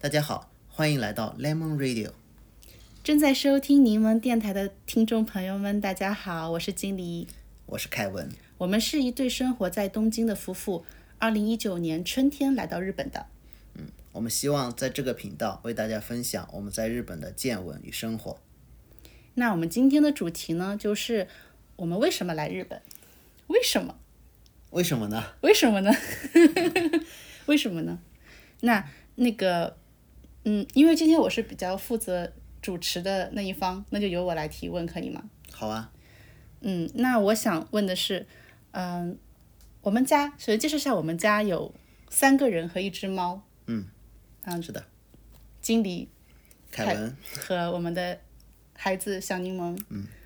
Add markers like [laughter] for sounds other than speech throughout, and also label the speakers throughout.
Speaker 1: 大家好，欢迎来到 Lemon Radio。
Speaker 2: 正在收听柠檬电台的听众朋友们，大家好，我是金黎。
Speaker 1: 我是凯文。
Speaker 2: 我们是一对生活在东京的夫妇，二零一九年春天来到日本的。
Speaker 1: 嗯我们希望在这个频道为大家分享我们在日本的见闻与生活。
Speaker 2: 那我们今天的主题呢，就是我们为什么来日本？为什么？
Speaker 1: 为什么呢？
Speaker 2: 为什么呢？ [laughs] 为什么呢？那那个，嗯，因为今天我是比较负责主持的那一方，那就由我来提问，可以吗？
Speaker 1: 好啊，
Speaker 2: 嗯，那我想问的是，嗯、我们家首先介绍一下，我们家有三个人和一只猫，嗯
Speaker 1: 是的，
Speaker 2: 经理
Speaker 1: 凯文，
Speaker 2: 和我们的孩子小柠檬，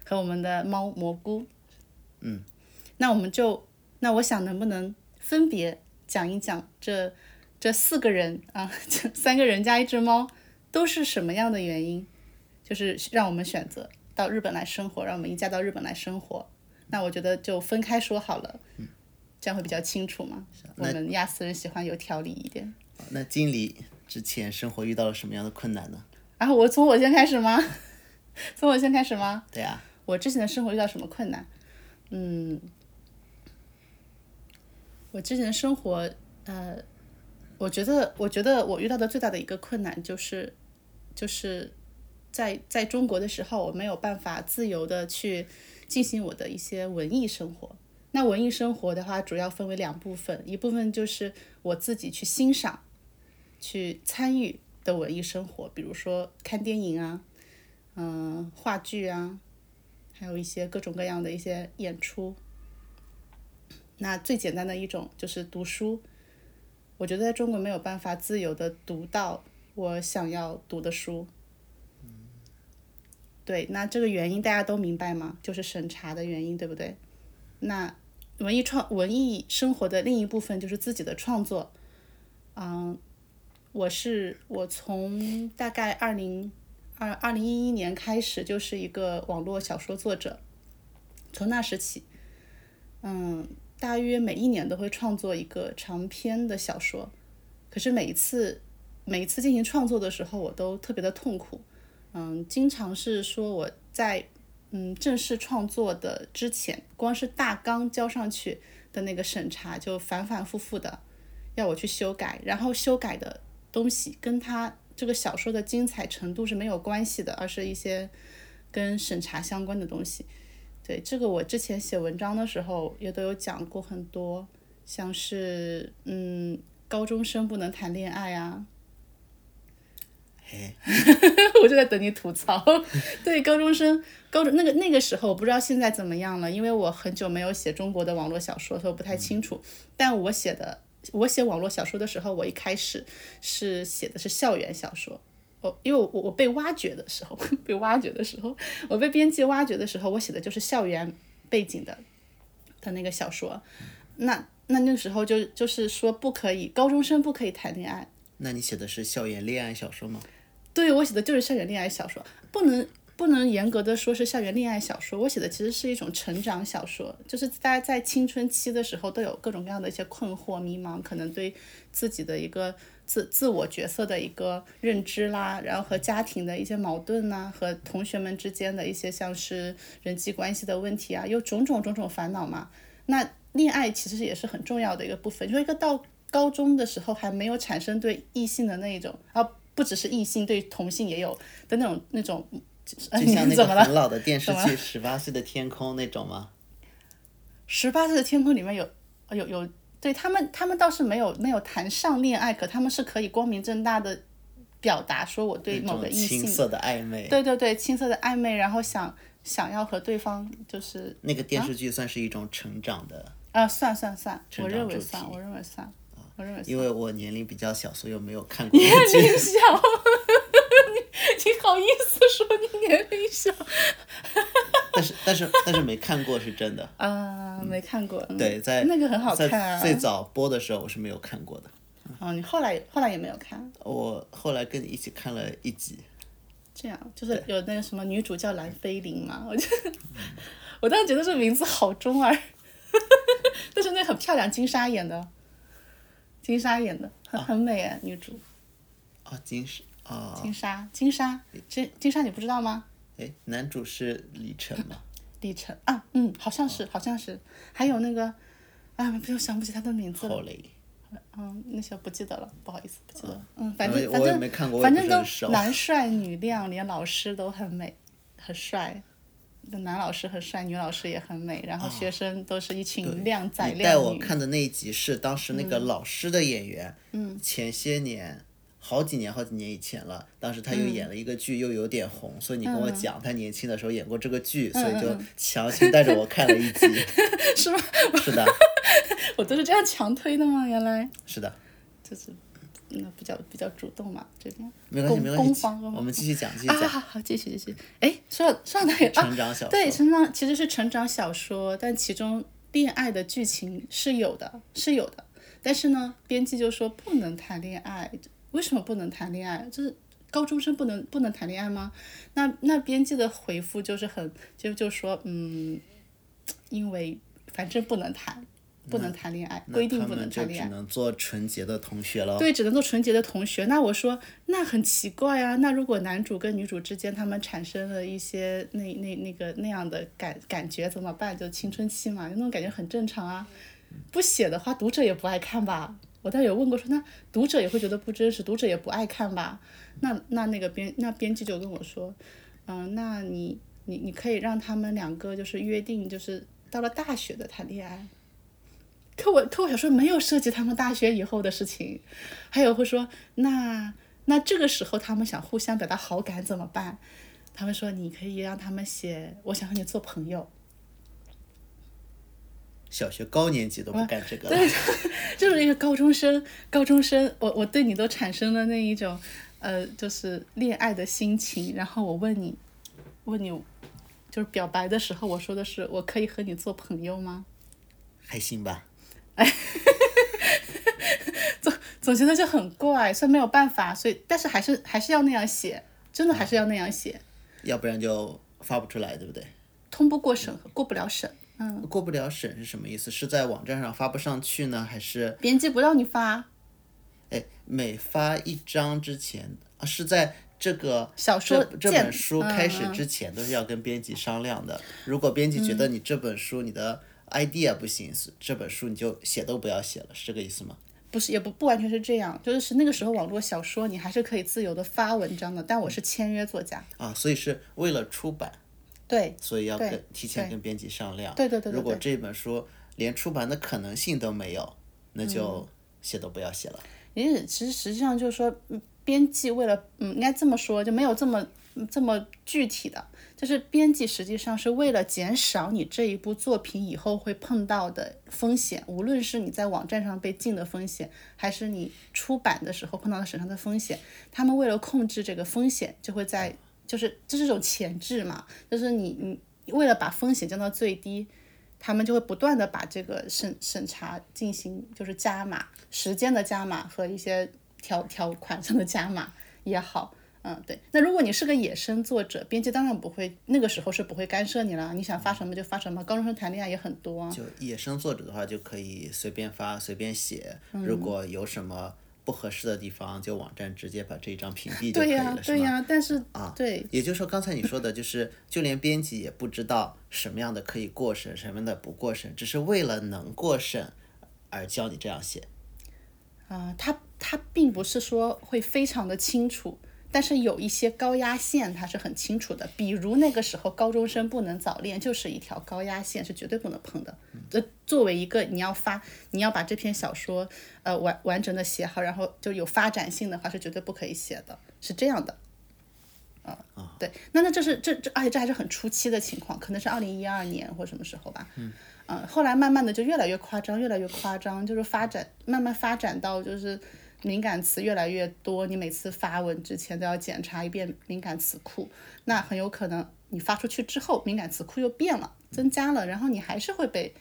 Speaker 2: 和我们的猫蘑菇，
Speaker 1: 嗯，
Speaker 2: 那我们就，那我想能不能分别讲一讲这这四个人啊，这三个人加一只猫都是什么样的原因，就是让我们选择到日本来生活，让我们一家到日本来生活。那我觉得就分开说好了，这样会比较清楚嘛。我们亚斯人喜欢有条理一点。
Speaker 1: 那经理之前生活遇到了什么样的困难呢？
Speaker 2: 然后我从我先开始吗？ [laughs] 从我先开始吗？
Speaker 1: 对啊，
Speaker 2: 我之前的生活遇到什么困难？嗯，我之前的生活，呃，我觉得，我觉得我遇到的最大的一个困难就是，就是在在中国的时候，我没有办法自由的去进行我的一些文艺生活。那文艺生活的话，主要分为两部分，一部分就是我自己去欣赏、去参与的文艺生活，比如说看电影啊，嗯、话剧啊，还有一些各种各样的一些演出。那最简单的一种就是读书，我觉得在中国没有办法自由的读到我想要读的书。对，那这个原因大家都明白吗？就是审查的原因，对不对？那文艺创文艺生活的另一部分就是自己的创作。嗯，我是我从大概二零二二零一一年开始就是一个网络小说作者，从那时起，嗯，大约每一年都会创作一个长篇的小说，可是每一次每一次进行创作的时候，我都特别的痛苦，嗯，经常是说我在嗯正式创作的之前，光是大纲交上去的那个审查就反反复复的要我去修改，然后修改的东西跟它这个小说的精彩程度是没有关系的，而是一些跟审查相关的东西。对这个，我之前写文章的时候也都有讲过很多，像是嗯，高中生不能谈恋爱啊，
Speaker 1: 嘿，
Speaker 2: [laughs] 我就在等你吐槽。 [laughs] 对，高中生，高中那个那个时候，我不知道现在怎么样了，因为我很久没有写中国的网络小说，所以我不太清楚。但我写的，我写网络小说的时候，我一开始是写的是校园小说。我因为我我被挖掘的时候， [laughs] 被挖掘的时候，我被编辑挖掘的时候，我写的就是校园背景的的那个小说。那那那个时候就就是说不可以，高中生不可以谈恋爱。
Speaker 1: 那你写的是校园恋爱小说吗？
Speaker 2: 对我写的就是校园恋爱小说，不能不能严格的说是校园恋爱小说，我写的其实是一种成长小说，就是大家在青春期的时候都有各种各样的一些困惑、迷茫，可能对自己的一个自自我角色的一个认知啦，然后和家庭的一些矛盾呐、和同学们之间的一些像是人际关系的问题啊，有种种种种烦恼嘛。那恋爱其实也是很重要的一个部分，就是一个到高中的时候还没有产生对异性的那一种啊，不只是异性，对同性也有的那种那种。呃
Speaker 1: 就
Speaker 2: 你
Speaker 1: 像那
Speaker 2: 怎
Speaker 1: 个
Speaker 2: 么了？
Speaker 1: 很老的电视剧《十八岁的天空》那种吗？
Speaker 2: 十八岁的天空里面有有有，对他们他们倒是没有没有谈上恋爱，可他们是可以光明正大的表达说我对
Speaker 1: 那
Speaker 2: 某个
Speaker 1: 种
Speaker 2: 异
Speaker 1: 青
Speaker 2: 性，
Speaker 1: 涩的暧昧。
Speaker 2: 对对对，青涩的暧昧，然后想想要和对方就是
Speaker 1: 那个电视剧算是一种成长的，
Speaker 2: 啊、算算算，
Speaker 1: 成
Speaker 2: 我
Speaker 1: 长啊
Speaker 2: 认为
Speaker 1: 主
Speaker 2: 算，
Speaker 1: 题
Speaker 2: 我认为算，我认为算。
Speaker 1: 因为我年龄比较小，所以我没有看
Speaker 2: [laughs]
Speaker 1: 过那个剧。
Speaker 2: 年龄小， [laughs] 你你好意思说你年龄小？
Speaker 1: 但是但是但是没看过是真的。
Speaker 2: 啊、没看过。嗯
Speaker 1: 对，在
Speaker 2: 那个很好
Speaker 1: 在
Speaker 2: 看啊。
Speaker 1: 最早播的时候我是没有看过的，
Speaker 2: 哦，你后来后来也没有看，
Speaker 1: 我后来跟你一起看了一集。
Speaker 2: 这样就是有那个什么女主叫蓝菲林嘛，我就我当时觉得这名字好中二， [laughs] 但是那啊很漂亮，金莎演的，金莎演的很很美哎，女主。
Speaker 1: 哦，金是哦，
Speaker 2: 金莎，金莎，这金莎你不知道吗？
Speaker 1: 哎，男主是李晨吗？
Speaker 2: 李晨啊，嗯，好像是，好像是，还有那个，啊，不又想不起他的名字了
Speaker 1: 后，雷，
Speaker 2: 嗯，那些不记得了，不好意思，不记得了，嗯，
Speaker 1: 反正
Speaker 2: 反正
Speaker 1: 啊
Speaker 2: 反
Speaker 1: 呃我也没看过
Speaker 2: 正
Speaker 1: 我也
Speaker 2: 反
Speaker 1: 不
Speaker 2: 正
Speaker 1: 是很
Speaker 2: 都
Speaker 1: 熟
Speaker 2: 男帅女靓，连老师都很美，很帅，男老师很帅，女老师也很美，然后学生都是一群靓仔
Speaker 1: 啊你带
Speaker 2: 靓
Speaker 1: 我
Speaker 2: 女，
Speaker 1: 看的那一集是当时那个老师的演员，嗯，前些年。好几年，好几年以前了。当时他又演了一个剧，又有点红，所以你跟
Speaker 2: 嗯
Speaker 1: 我讲他年轻的时候演过这个剧，所以就强行带着我看了一集。
Speaker 2: [laughs] 是吗？
Speaker 1: 是的，
Speaker 2: 我都是这样强推的吗？原来
Speaker 1: 是的，
Speaker 2: 就是，那比较比较主动嘛，这边
Speaker 1: 没关系，
Speaker 2: 攻
Speaker 1: 没
Speaker 2: 攻
Speaker 1: 关系
Speaker 2: 防攻，
Speaker 1: 我们继续讲，继续
Speaker 2: 啊，
Speaker 1: 讲。
Speaker 2: 好好继续继续，哎，说到说到哪里啊？
Speaker 1: 成长小
Speaker 2: 对，
Speaker 1: 说
Speaker 2: 成长其实是成长小说，但其中恋爱的剧情是有的，是有的。但是呢，编辑就说不能谈恋爱，为什么不能谈恋爱？就是高中生不能不能谈恋爱吗？那那编辑的回复就是很就就说嗯，因为反正不能谈，不能谈恋爱，
Speaker 1: 那
Speaker 2: 哎规定
Speaker 1: 他
Speaker 2: 不能
Speaker 1: 们就
Speaker 2: 谈
Speaker 1: 只
Speaker 2: 恋爱。
Speaker 1: 能做纯洁的同学了。
Speaker 2: 对，只能做纯洁的同学。那我说，那很奇怪啊。那如果男主跟女主之间他们产生了一些那那那个那样的感感觉怎么办？就青春期嘛，那种感觉很正常啊。不写的话，读者也不爱看吧？我倒有问过说，那读者也会觉得不真实，读者也不爱看吧？那那那个编那编剧就跟我说，嗯、那你你你可以让他们两个就是约定，就是到了大学的谈恋爱。可我可我小说没有涉及他们大学以后的事情，还有会说那那这个时候他们想互相表达好感怎么办？他们说你可以让他们写我想和你做朋友， [laughs]
Speaker 1: 小学高年级都
Speaker 2: 嗯
Speaker 1: 不干这个了。
Speaker 2: 就是一个高中生，高中生，我我对你都产生了那一种，呃，就是恋爱的心情。然后我问你，问你，就是表白的时候，我说的是我可以和你做朋友吗？ [laughs]
Speaker 1: 还行吧。
Speaker 2: 总觉得就很怪，所以没有办法，所以但是还是还是要那样写，真的还是要那样写，
Speaker 1: 要不然就发不出来，对不对？
Speaker 2: 通不过审核，过不了审，嗯，
Speaker 1: 过不了审是什么意思？是在网站上发不上去呢，还是
Speaker 2: 编辑不让你发
Speaker 1: 哎每发一张之前啊是在这个
Speaker 2: 小说
Speaker 1: 这这本
Speaker 2: 见
Speaker 1: 书
Speaker 2: 嗯嗯
Speaker 1: 开始之前都是要跟编辑商量的。如果编辑觉得你这本书你的 idea 不行，这本书你就写都不要写了，是这个意思吗？
Speaker 2: 不是也不不完全是这样，就是那个时候网络小说你还是可以自由的发文章的，但我是签约作家，
Speaker 1: 啊，所以是为了出版，
Speaker 2: 对
Speaker 1: 所以要
Speaker 2: 对
Speaker 1: 跟提前
Speaker 2: 对
Speaker 1: 跟编辑商量。
Speaker 2: 对对对对
Speaker 1: 如果
Speaker 2: 对
Speaker 1: 这本书连出版的可能性都没有，那
Speaker 2: 嗯
Speaker 1: 就写都不要写了。
Speaker 2: 因为其实实际上就是说，嗯编辑为了，嗯，应该这么说，就没有这么嗯这么具体的，就是编辑实际上是为了减少你这一部作品以后会碰到的风险，无论是你在网站上被禁的风险，还是你出版的时候碰到的审查的风险，他们为了控制这个风险，就会在就是这是一种前置嘛，就是你你你为了把风险降到最低，他们就会不断的把这个审审查进行就是加码，时间的加码和一些条条款上的加码也好。嗯，对。那如果你是个野生作者，编辑当然不会，那个时候是不会干涉你了。你想发什么就发什么。高中生谈恋爱也很多啊，
Speaker 1: 就野生作者的话，就可以随便发、随便写。
Speaker 2: 嗯
Speaker 1: 如果有什么不合适的地方，就网站直接把这一张屏
Speaker 2: [laughs]
Speaker 1: 蔽就可
Speaker 2: 对
Speaker 1: 以
Speaker 2: 呀、
Speaker 1: 了，是
Speaker 2: 对
Speaker 1: 吗？
Speaker 2: 呀、但是啊，对，
Speaker 1: 也就是说，刚才你说的，就是就连编辑也不知道什么样的可以过审，什么样的不过审，只是为了能过审而教你这样写。
Speaker 2: 啊、他他并不是说会非常的清楚，但是有一些高压线他是很清楚的，比如那个时候高中生不能早恋，就是一条高压线是绝对不能碰的。这作为一个你要发，你要把这篇小说呃完完整的写好，然后就有发展性的话是绝对不可以写的，是这样的。啊，对，那那这是这这，而且这还是很初期的情况，可能是二零一二年或什么时候吧。嗯，呃，后来慢慢的就越来越夸张，越来越夸张，就是发展慢慢发展到就是敏感词越来越多，你每次发文之前都要检查一遍敏感词库，那很有可能你发出去之后，敏感词库又变了，增加了，然后你还是会被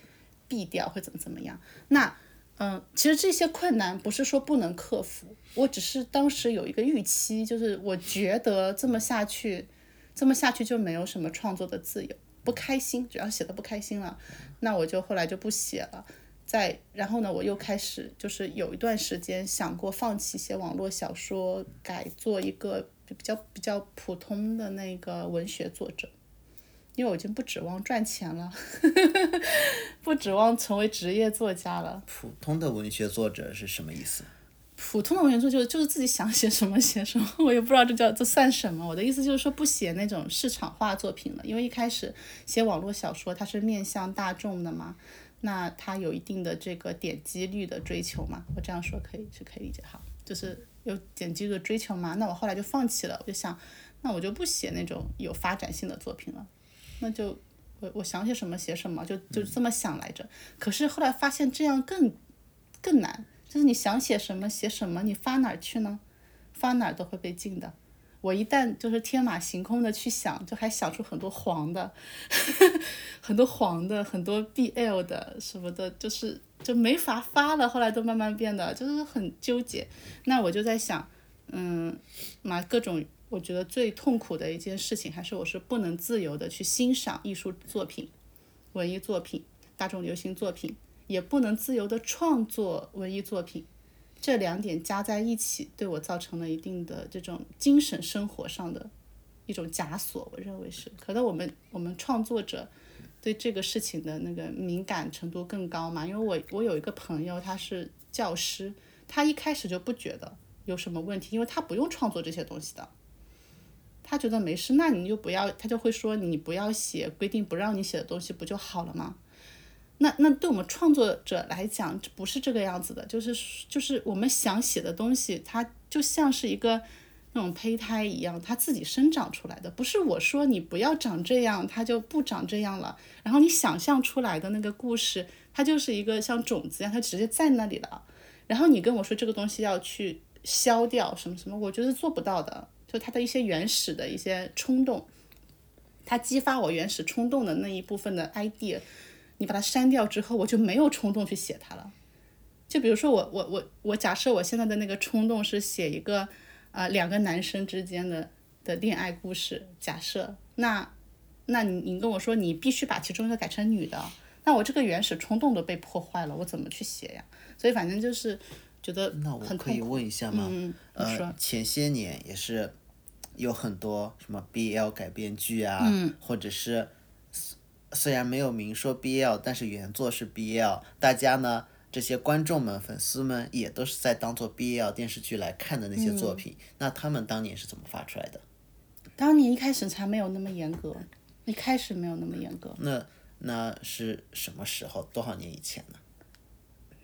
Speaker 2: 毙掉，会怎么怎么样？那嗯，其实这些困难不是说不能克服，我只是当时有一个预期，就是我觉得这么下去，这么下去就没有什么创作的自由，不开心，主要写的不开心了，那我就后来就不写了。在然后呢，我又开始就是有一段时间想过放弃写网络小说，改做一个比较比较普通的那个文学作者，因为我已经不指望赚钱了， [laughs] 不指望成为职业作家了。
Speaker 1: 普通的文学作者是什么意思？
Speaker 2: 普通的文学作就就是自己想写什么写什么， [laughs] 我也不知道这叫这算什么。我的意思就是说不写那种市场化作品了，因为一开始写网络小说它是面向大众的嘛，那它有一定的这个点击率的追求嘛。我这样说可以是可以理解哈，就是有点击率的追求嘛。那我后来就放弃了，我就想，那我就不写那种有发展性的作品了，那就我我想写什么写什么，就就这么想来着。可是后来发现这样更更难。就是你想写什么写什么，你发哪儿去呢？发哪儿都会被禁的。我一旦就是天马行空的去想，就还想出很多黄的， [laughs] 很多黄的，很多 BL 的什么的，就是就没法发了。后来都慢慢变得就是很纠结。那我就在想，嗯，嘛，各种我觉得最痛苦的一件事情，还是我是不能自由的去欣赏艺术作品、文艺作品、大众流行作品。也不能自由的创作文艺作品，这两点加在一起，对我造成了一定的这种精神生活上的一种枷锁。我认为是，可能我们我们创作者对这个事情的那个敏感程度更高嘛。因为我我有一个朋友，他是教师，他一开始就不觉得有什么问题，因为他不用创作这些东西的。他觉得没事，那你就不要，他就会说你不要写规定不让你写的东西，不就好了吗？那那对我们创作者来讲，不是这个样子的，就是就是我们想写的东西，它就像是一个那种胚胎一样，它自己生长出来的，不是我说你不要长这样，它就不长这样了。然后你想象出来的那个故事，它就是一个像种子一样，它直接在那里了。然后你跟我说这个东西要去消掉什么什么，我觉得做不到的，就它的一些原始的一些冲动，它激发我原始冲动的那一部分的 idea。你把它删掉之后，我就没有冲动去写它了。就比如说我我我我假设我现在的那个冲动是写一个呃两个男生之间的的恋爱故事，假设那那你你跟我说你必须把其中一个改成女的，那我这个原始冲动都被破坏了，我怎么去写呀？所以反正就是觉得
Speaker 1: 那我可以问一下吗？
Speaker 2: 嗯、
Speaker 1: 呃，前些年也是有很多什么 BL 改编剧啊，嗯、或者是。虽然没有明说 BL，但是原作是 BL，大家呢这些观众们、粉丝们也都是在当做 BL 电视剧来看的那些作品。嗯、那他们当年是怎么发出来的？
Speaker 2: 当年一开始才没有那么严格，一开始没有那么严格。
Speaker 1: 那那是什么时候？多少年以前呢？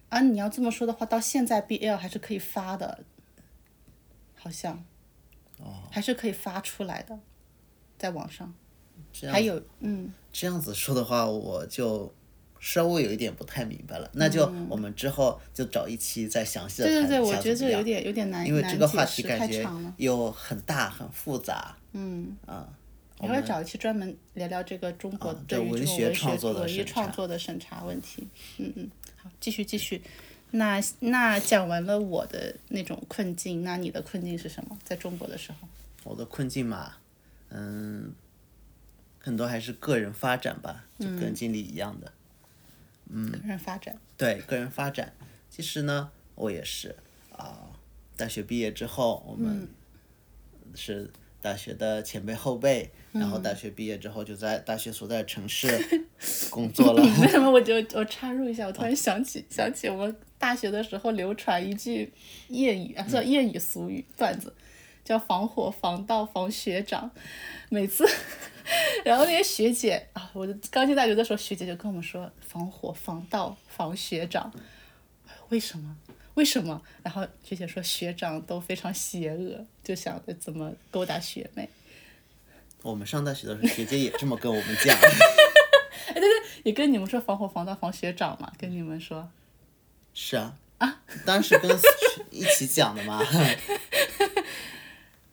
Speaker 2: 啊，你要这么说的话，到现在 BL 还是可以发的，好像，
Speaker 1: 哦，
Speaker 2: 还是可以发出来的，在网上。
Speaker 1: 这样
Speaker 2: 还有，嗯，
Speaker 1: 这样子说的话，我就稍微有一点不太明白了。那就我们之后就找一期再详细的
Speaker 2: 嗯对对
Speaker 1: 谈
Speaker 2: 对，
Speaker 1: 一
Speaker 2: 我
Speaker 1: 下
Speaker 2: 觉得
Speaker 1: 怎
Speaker 2: 这
Speaker 1: 么
Speaker 2: 有
Speaker 1: 样。
Speaker 2: 点有点难，
Speaker 1: 因为这个话
Speaker 2: 难
Speaker 1: 题
Speaker 2: 解释
Speaker 1: 感
Speaker 2: 太
Speaker 1: 觉
Speaker 2: 长了。
Speaker 1: 又很大很复杂，
Speaker 2: 嗯，
Speaker 1: 啊、
Speaker 2: 一会儿找一期专门聊聊这个中国
Speaker 1: 啊
Speaker 2: 对
Speaker 1: 对
Speaker 2: 于
Speaker 1: 文
Speaker 2: 这种
Speaker 1: 学
Speaker 2: 文
Speaker 1: 创作的
Speaker 2: 文艺
Speaker 1: 审查
Speaker 2: 创作的审查问题。嗯嗯，好，继续继续。那那讲完了我的那种困境，那你的困境是什么？在中国的时候，
Speaker 1: 我的困境嘛，嗯，很多还是个人发展吧，就
Speaker 2: 嗯
Speaker 1: 跟经理一样的。嗯
Speaker 2: 个人发展，
Speaker 1: 对个人发展，其实呢，我也是啊、大学毕业之后，我
Speaker 2: 嗯
Speaker 1: 们是大学的前辈后辈，然后
Speaker 2: 嗯
Speaker 1: 大学毕业之后就在大学所在的城市
Speaker 2: [laughs]
Speaker 1: 工作了。
Speaker 2: 为什么我就我插入一下，我突然想起想起我们大学的时候流传一句谚语啊，不叫谚语俗语段子，叫防火防盗防学长。每次， [laughs] 然后那些学姐啊，我刚进大学的时候，学姐就跟我们说防火防盗防学长，为什么？为什么？然后学姐说学长都非常邪恶，就想着怎么勾搭学妹。 [laughs]
Speaker 1: 我们上大学的时候，学姐也这么跟我们讲。
Speaker 2: 也跟你们说防火防盗防学长嘛，跟你们说。
Speaker 1: 是
Speaker 2: [laughs]
Speaker 1: 啊，当时跟一起讲的嘛。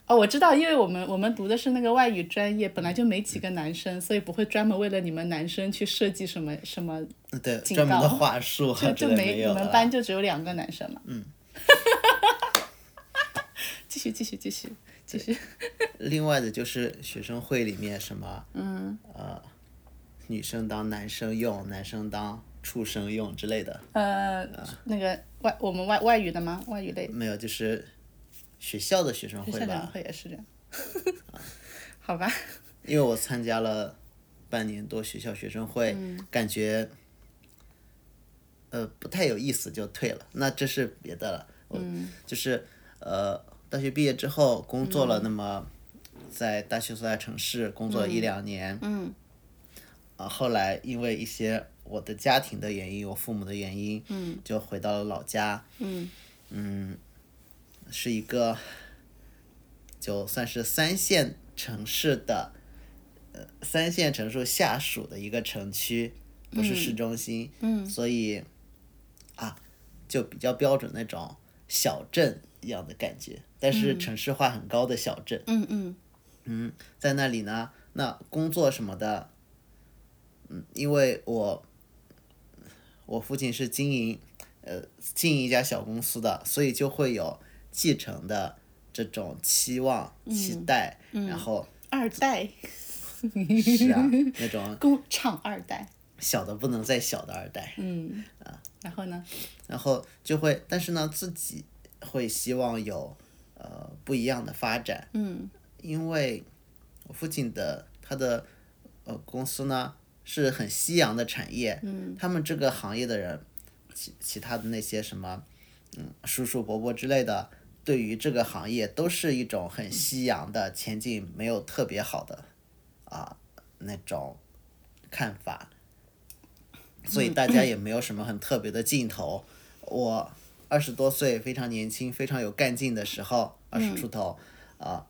Speaker 2: 哦，我知道，因为我们我们读的是那个外语专业，本来就没几个男生，所以不会专门为了你们男生去设计什么
Speaker 1: [laughs]
Speaker 2: 什么，
Speaker 1: 对，
Speaker 2: 警
Speaker 1: 专门的
Speaker 2: 告
Speaker 1: 话术啊
Speaker 2: 就
Speaker 1: 之
Speaker 2: 就
Speaker 1: 类
Speaker 2: 没
Speaker 1: 没有
Speaker 2: 你们
Speaker 1: 的
Speaker 2: 班
Speaker 1: 啦
Speaker 2: 就只有两个男生嘛。嗯。 [laughs] 继续继续继续继续，
Speaker 1: 另外的就是学生会里面什么，嗯，呃，女生当男生用，男生当畜生用之类的。
Speaker 2: 呃，那个外我们外外语的吗？外语类
Speaker 1: 没有，就是学校的学生
Speaker 2: 学
Speaker 1: 会
Speaker 2: 校两
Speaker 1: 吧，
Speaker 2: 会也是这样，好吧？
Speaker 1: 因为我参加了半年多学校学生会，感觉呃不太有意思，就退了。那这是别的了，我、就是呃大学毕业之后工作了，那么在大学所在城市工作了一两年，嗯嗯，啊、后来因为一些我的家庭的原因，我父母的原因，嗯，就回到了老家，
Speaker 2: 嗯
Speaker 1: 嗯，是一个就算是三线城市的，呃，三线城市下属的一个城区，不是市中心，嗯，所以啊，就比较标准那种小镇一样的感觉，但是城市化很高的小镇，
Speaker 2: 嗯嗯
Speaker 1: 在那里呢，那工作什么的，嗯，因为我我父亲是经营呃经营一家小公司的，所以就会有继承的这种期望、期待，然
Speaker 2: [laughs]
Speaker 1: 后
Speaker 2: 二代
Speaker 1: 是啊那种
Speaker 2: 工厂二代，
Speaker 1: 小的不能再小的二代，
Speaker 2: 嗯啊，然后呢？
Speaker 1: 然后就会，但是呢自己会希望有呃不一样的发展，
Speaker 2: 嗯
Speaker 1: 因为我父亲的他的呃公司呢是很夕阳的产业，嗯，他们这个行业的人，其其他的那些什么，嗯，叔叔伯伯之类的，对于这个行业都是一种很夕阳的前景没有特别好的啊那种看法，所以大家也没有什么很特别的劲头。我二十多岁，非常年轻，非常有干劲的时候，二十出头，啊，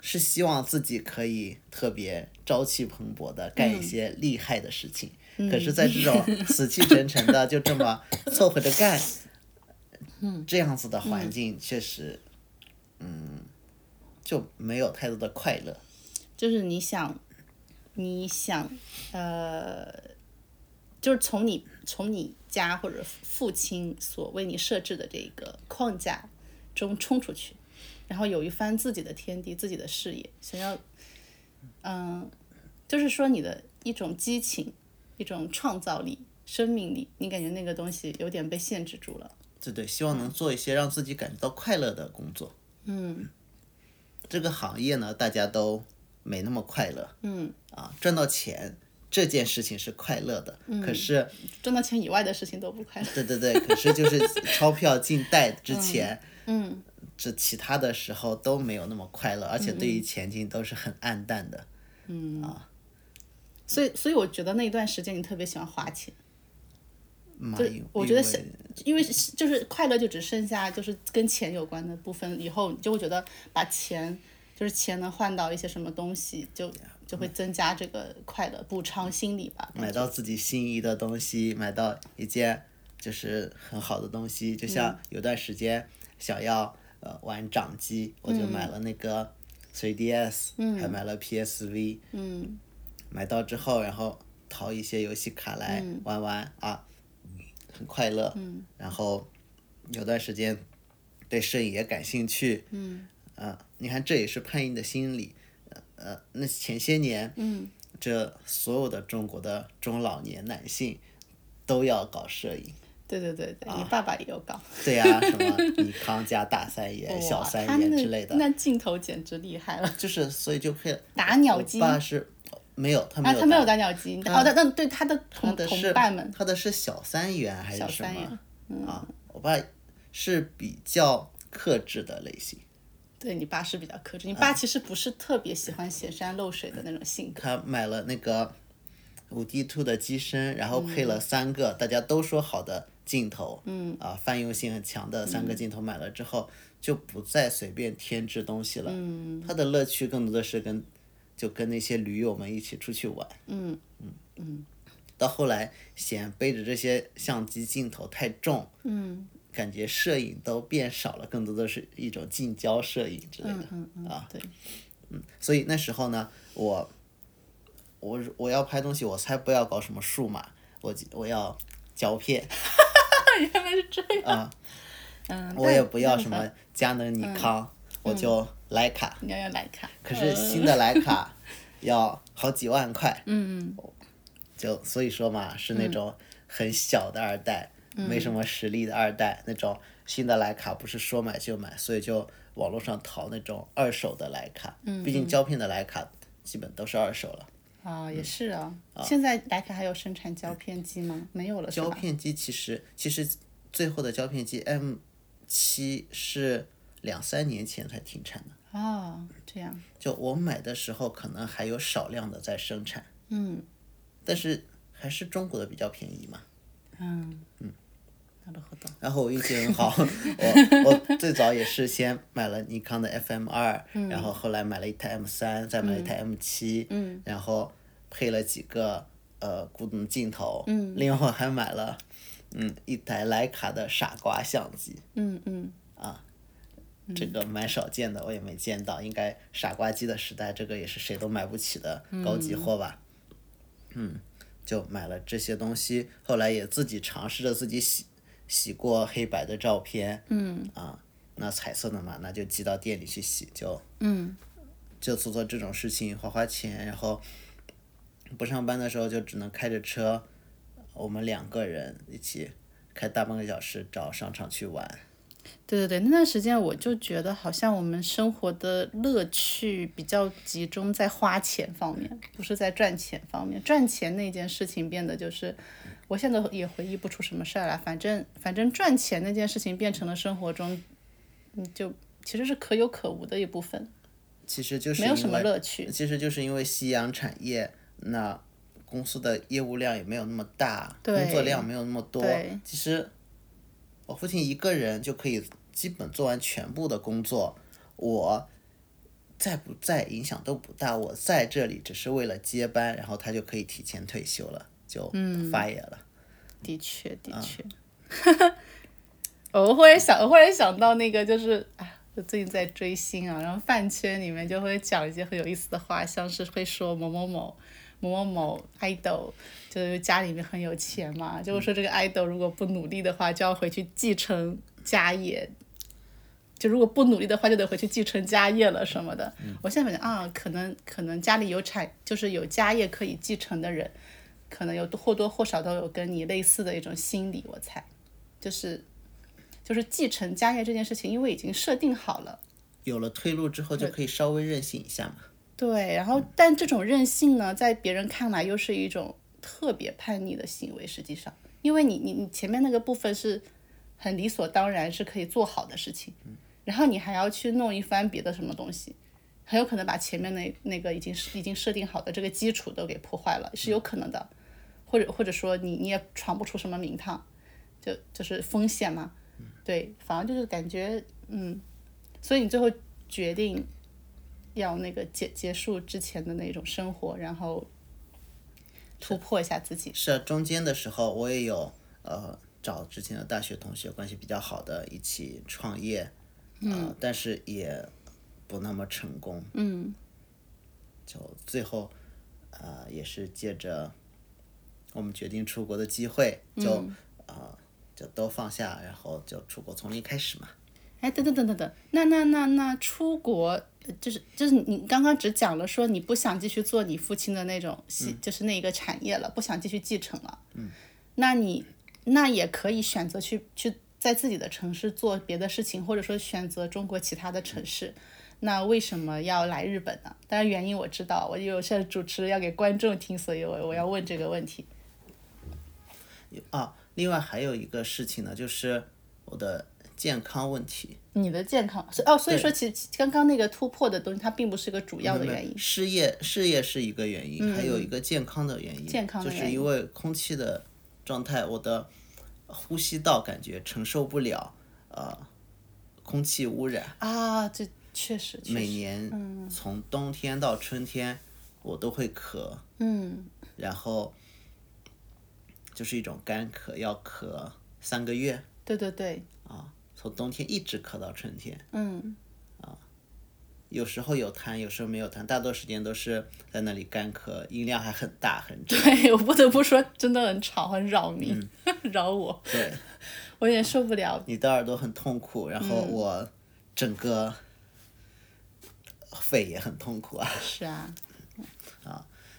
Speaker 1: 是希望自己可以特别朝气蓬勃的干一些厉害的事情。可是，在这种死气沉沉的，就这么凑合着干，这样子的环境确实，嗯，就没有太多的快乐。
Speaker 2: 就是你想，你想，呃，就是从你从你家或者父亲所为你设置的这个框架中冲出去，然后有一番自己的天地、自己的事业，想要，嗯、嗯就是说你的一种激情、一种创造力、生命力，你感觉那个东西有点被限制住了。
Speaker 1: 对对，希望
Speaker 2: 嗯
Speaker 1: 能做一些让自己感觉到快乐的工作。嗯，这个行业呢，大家都没那么快乐。嗯，啊，赚到钱这件事情是快乐的，可是，
Speaker 2: 赚到钱以外的事情都不嗯快乐。
Speaker 1: 对对对，可是就是钞票进
Speaker 2: [laughs]
Speaker 1: 袋之前，嗯，这其他的时候都没有那么快乐，而且
Speaker 2: 嗯
Speaker 1: 对于前景都是很暗淡的。
Speaker 2: 所以，所以我觉得那一段时间你特别喜欢花钱。
Speaker 1: 妈
Speaker 2: 对
Speaker 1: 因
Speaker 2: 我觉得
Speaker 1: 因
Speaker 2: 是
Speaker 1: 为
Speaker 2: 因为是就是快乐就只剩下就是跟钱有关的部分，以后你就会觉得把钱就是钱能换到一些什么东西，就就会增加这个快乐，补偿心理吧。
Speaker 1: 买到自己心仪的东西，买到一件就是很好的东西。就
Speaker 2: 嗯
Speaker 1: 像有段时间想要呃玩掌机，我就
Speaker 2: 嗯
Speaker 1: 买了那个 3DS，、还买了 PSV，
Speaker 2: 嗯
Speaker 1: 买到之后，然后淘一些游戏卡来
Speaker 2: 嗯
Speaker 1: 玩玩、啊，很快乐。然后有段时间对摄影也感兴趣。嗯，啊，你看这也是叛逆的心理。呃呃，那前些年，
Speaker 2: 嗯，
Speaker 1: 这所有的中国的中老年男性都要搞摄影。
Speaker 2: 对对对对，你
Speaker 1: 啊
Speaker 2: 爸爸也有搞，
Speaker 1: 对呀、什
Speaker 2: [laughs]
Speaker 1: 么尼康加大三元、小
Speaker 2: 哇
Speaker 1: 三
Speaker 2: 他
Speaker 1: 元
Speaker 2: 那
Speaker 1: 之类的，
Speaker 2: 那镜头简直厉害了。
Speaker 1: 就是所以就可以
Speaker 2: 打鸟
Speaker 1: 我
Speaker 2: 机
Speaker 1: 爸是没有，他没
Speaker 2: 啊，
Speaker 1: 有嗯
Speaker 2: 他没有打鸟机，你哦，他那对他的
Speaker 1: 他
Speaker 2: 同
Speaker 1: 的
Speaker 2: 同
Speaker 1: 是
Speaker 2: 伴们，
Speaker 1: 他的是小三元还
Speaker 2: 小
Speaker 1: 是什
Speaker 2: 三嗯元
Speaker 1: 么？啊，我爸是比较克制的类型，
Speaker 2: 对你爸是比较克
Speaker 1: 嗯
Speaker 2: 制，你爸其实不是特别喜欢显山露水的那种性格。
Speaker 1: 他买了那个五 D Two 的机身，然后配
Speaker 2: 嗯
Speaker 1: 了三个、大家都说好的镜头，嗯，啊，泛用性很强的三个镜头，买了之后、就不再随便添置东西了，嗯，他的乐趣更多的是跟就跟那些驴友们一起出去玩，
Speaker 2: 嗯
Speaker 1: 到后来嫌背着这些相机镜头太重，
Speaker 2: 嗯
Speaker 1: 感觉摄影都变少了，更多的是一种近郊摄影之类的。
Speaker 2: 嗯嗯，
Speaker 1: 啊
Speaker 2: 对， [laughs]
Speaker 1: 所以那时候呢，我我我要拍东西，我才不要搞什么数码，我我要胶片
Speaker 2: 原来是这样。
Speaker 1: 啊，
Speaker 2: 嗯，
Speaker 1: 我
Speaker 2: 但
Speaker 1: 也不要什
Speaker 2: 但
Speaker 1: 么佳能、
Speaker 2: 嗯
Speaker 1: 尼康，我就徕卡。
Speaker 2: 凡你要用徕卡，
Speaker 1: 可是新的徕卡要好几万块，
Speaker 2: 嗯，
Speaker 1: 就所以说嘛，是那种很小的二代，
Speaker 2: 嗯
Speaker 1: 没什么实力的二代，那种新的徕卡不是说买就买，所以就网络上淘那种二手的徕卡，
Speaker 2: 嗯
Speaker 1: 毕竟胶片的徕卡基本都是二手了。
Speaker 2: 啊、
Speaker 1: 嗯
Speaker 2: 也是啊。现在徕卡还有生产胶片机吗？没有了是
Speaker 1: 胶
Speaker 2: 吧？
Speaker 1: 片机其实其实最后的胶片机 M 七是两三年前才停产的，
Speaker 2: 哦，这样，
Speaker 1: 就我买的时候可能还有少量的在生产，
Speaker 2: 嗯
Speaker 1: 但是还是中国的比较便宜嘛。
Speaker 2: 嗯なるほど。
Speaker 1: 然后我运气很
Speaker 2: [laughs]
Speaker 1: 好，我我最早也是先买了尼康的 FM 二、
Speaker 2: 嗯
Speaker 1: 然后后来买了一台 M 三，再买了一台 M 七、
Speaker 2: 嗯
Speaker 1: 然后配了几个呃古董镜头，
Speaker 2: 嗯
Speaker 1: 另外我还买了嗯一台徕卡的傻瓜相机，啊
Speaker 2: 嗯嗯，
Speaker 1: 这个蛮少见的，我也没见到，应该傻瓜机的时代，这个也是谁都买不起的高级货吧。嗯，就买了这些东西，后来也自己尝试着自己洗洗过黑白的照片。嗯，啊，那彩色的嘛，那就寄到店里去洗，就嗯，就做做这种事情，花花钱，然后不上班的时候就只能开着车，我们两个人一起开大半个小时找商场去玩。
Speaker 2: 对对对，那段时间我就觉得好像我们生活的乐趣比较集中在花钱方面，不是在赚钱方面。赚钱那件事情变得就是，我现在也回忆不出什么事儿来，反正反正赚钱那件事情变成了生活中，嗯，就其实是可有可无的一部分，
Speaker 1: 其实就是
Speaker 2: 没有
Speaker 1: 因
Speaker 2: 什么
Speaker 1: 为
Speaker 2: 乐趣。
Speaker 1: 其实就是因为夕阳产业，那公司的业务量也没有那么大，
Speaker 2: 对
Speaker 1: 工作量没有那么多
Speaker 2: 对。
Speaker 1: 其实我父亲一个人就可以基本做完全部的工作，我在不在影响都不大。我在这里只是为了接班，然后他就可以提前退休了，就
Speaker 2: 嗯
Speaker 1: fire 了。
Speaker 2: 的确，的确。 [laughs] 我忽然想，我忽然想到那个，就是啊，我最近在追星啊，然后饭圈里面就会讲一些很有意思的话，像是会说某某某。某某某 idol 就是家里面很有钱嘛，就会说这个 idol 如果不努力的话，就要回去继承家业，就如果不努力的话，就得回去继承家业了什么的。我现在感觉啊，可能可能家里有产，就是有家业可以继承的人，可能有或多或少都有跟你类似的一种心理，我猜，就是就是继承家业这件事情，因为已经设定好了。
Speaker 1: 有了退路之后，就可以稍微任性一下嘛。
Speaker 2: 对，然后但这种任性呢，在别人看来又是一种特别叛逆的行为。实际上，因为你你你前面那个部分是很理所当然是可以做好的事情，然后你还要去弄一番别的什么东西，很有可能把前面那那个已经已经设定好的这个基础都给破坏了，是有可能的。或者或者说你你也闯不出什么名堂，就就是风险嘛。对，反而就是感觉嗯，所以你最后决定要那个结结束之前的那种生活，然后突破一下自己。
Speaker 1: 是啊，中间的时候我也有呃找之前的大学同学关系比较好的一起创业，呃、嗯，但是也不那么成功，嗯，就最后呃也是借着我们决定出国的机会，就、呃就都放下，然后就出国从零开始嘛。
Speaker 2: 哎，等等等等等，那那那那出国，呃就是就是你刚刚只讲了说你不想继续做你父亲的那种系，就是那一个产业了，不想继续继承了。嗯，那你那也可以选择去去在自己的城市做别的事情，或者说选择中国其他的城市。那为什么要来日本呢？当然原因我知道，我有现在主持要给观众听，所以我我要问这个问题。
Speaker 1: 啊，另外还有一个事情呢，就是我的健康问题，
Speaker 2: 你的健康是哦，所以说其其刚刚那个突破的东西，它并不是个主要
Speaker 1: 嗯
Speaker 2: 的原因。嗯
Speaker 1: 失业失业是一个原因，还有一个健康的原因，
Speaker 2: 健康的
Speaker 1: 就是
Speaker 2: 原
Speaker 1: 因为空气的状态，我的呼吸道感觉承受不了呃空气污染。
Speaker 2: 啊，这确实确
Speaker 1: 每
Speaker 2: 实，嗯
Speaker 1: 年从冬天到春天，我都会咳，
Speaker 2: 嗯，
Speaker 1: 然后就是一种干咳，要咳三个月
Speaker 2: 对对对， [laughs]
Speaker 1: 啊，从冬天一直咳到春天。啊
Speaker 2: 嗯，
Speaker 1: 有时候有痰，有时候没有痰，大多时间都是在那里干咳，音量还很大很吵。
Speaker 2: 对我不得不说，真的很吵，很扰民，
Speaker 1: 嗯
Speaker 2: [laughs] 扰我，
Speaker 1: 对，
Speaker 2: 我有点受不了。
Speaker 1: 你的耳朵很痛苦，然后我整个肺也很痛苦啊，
Speaker 2: 是啊，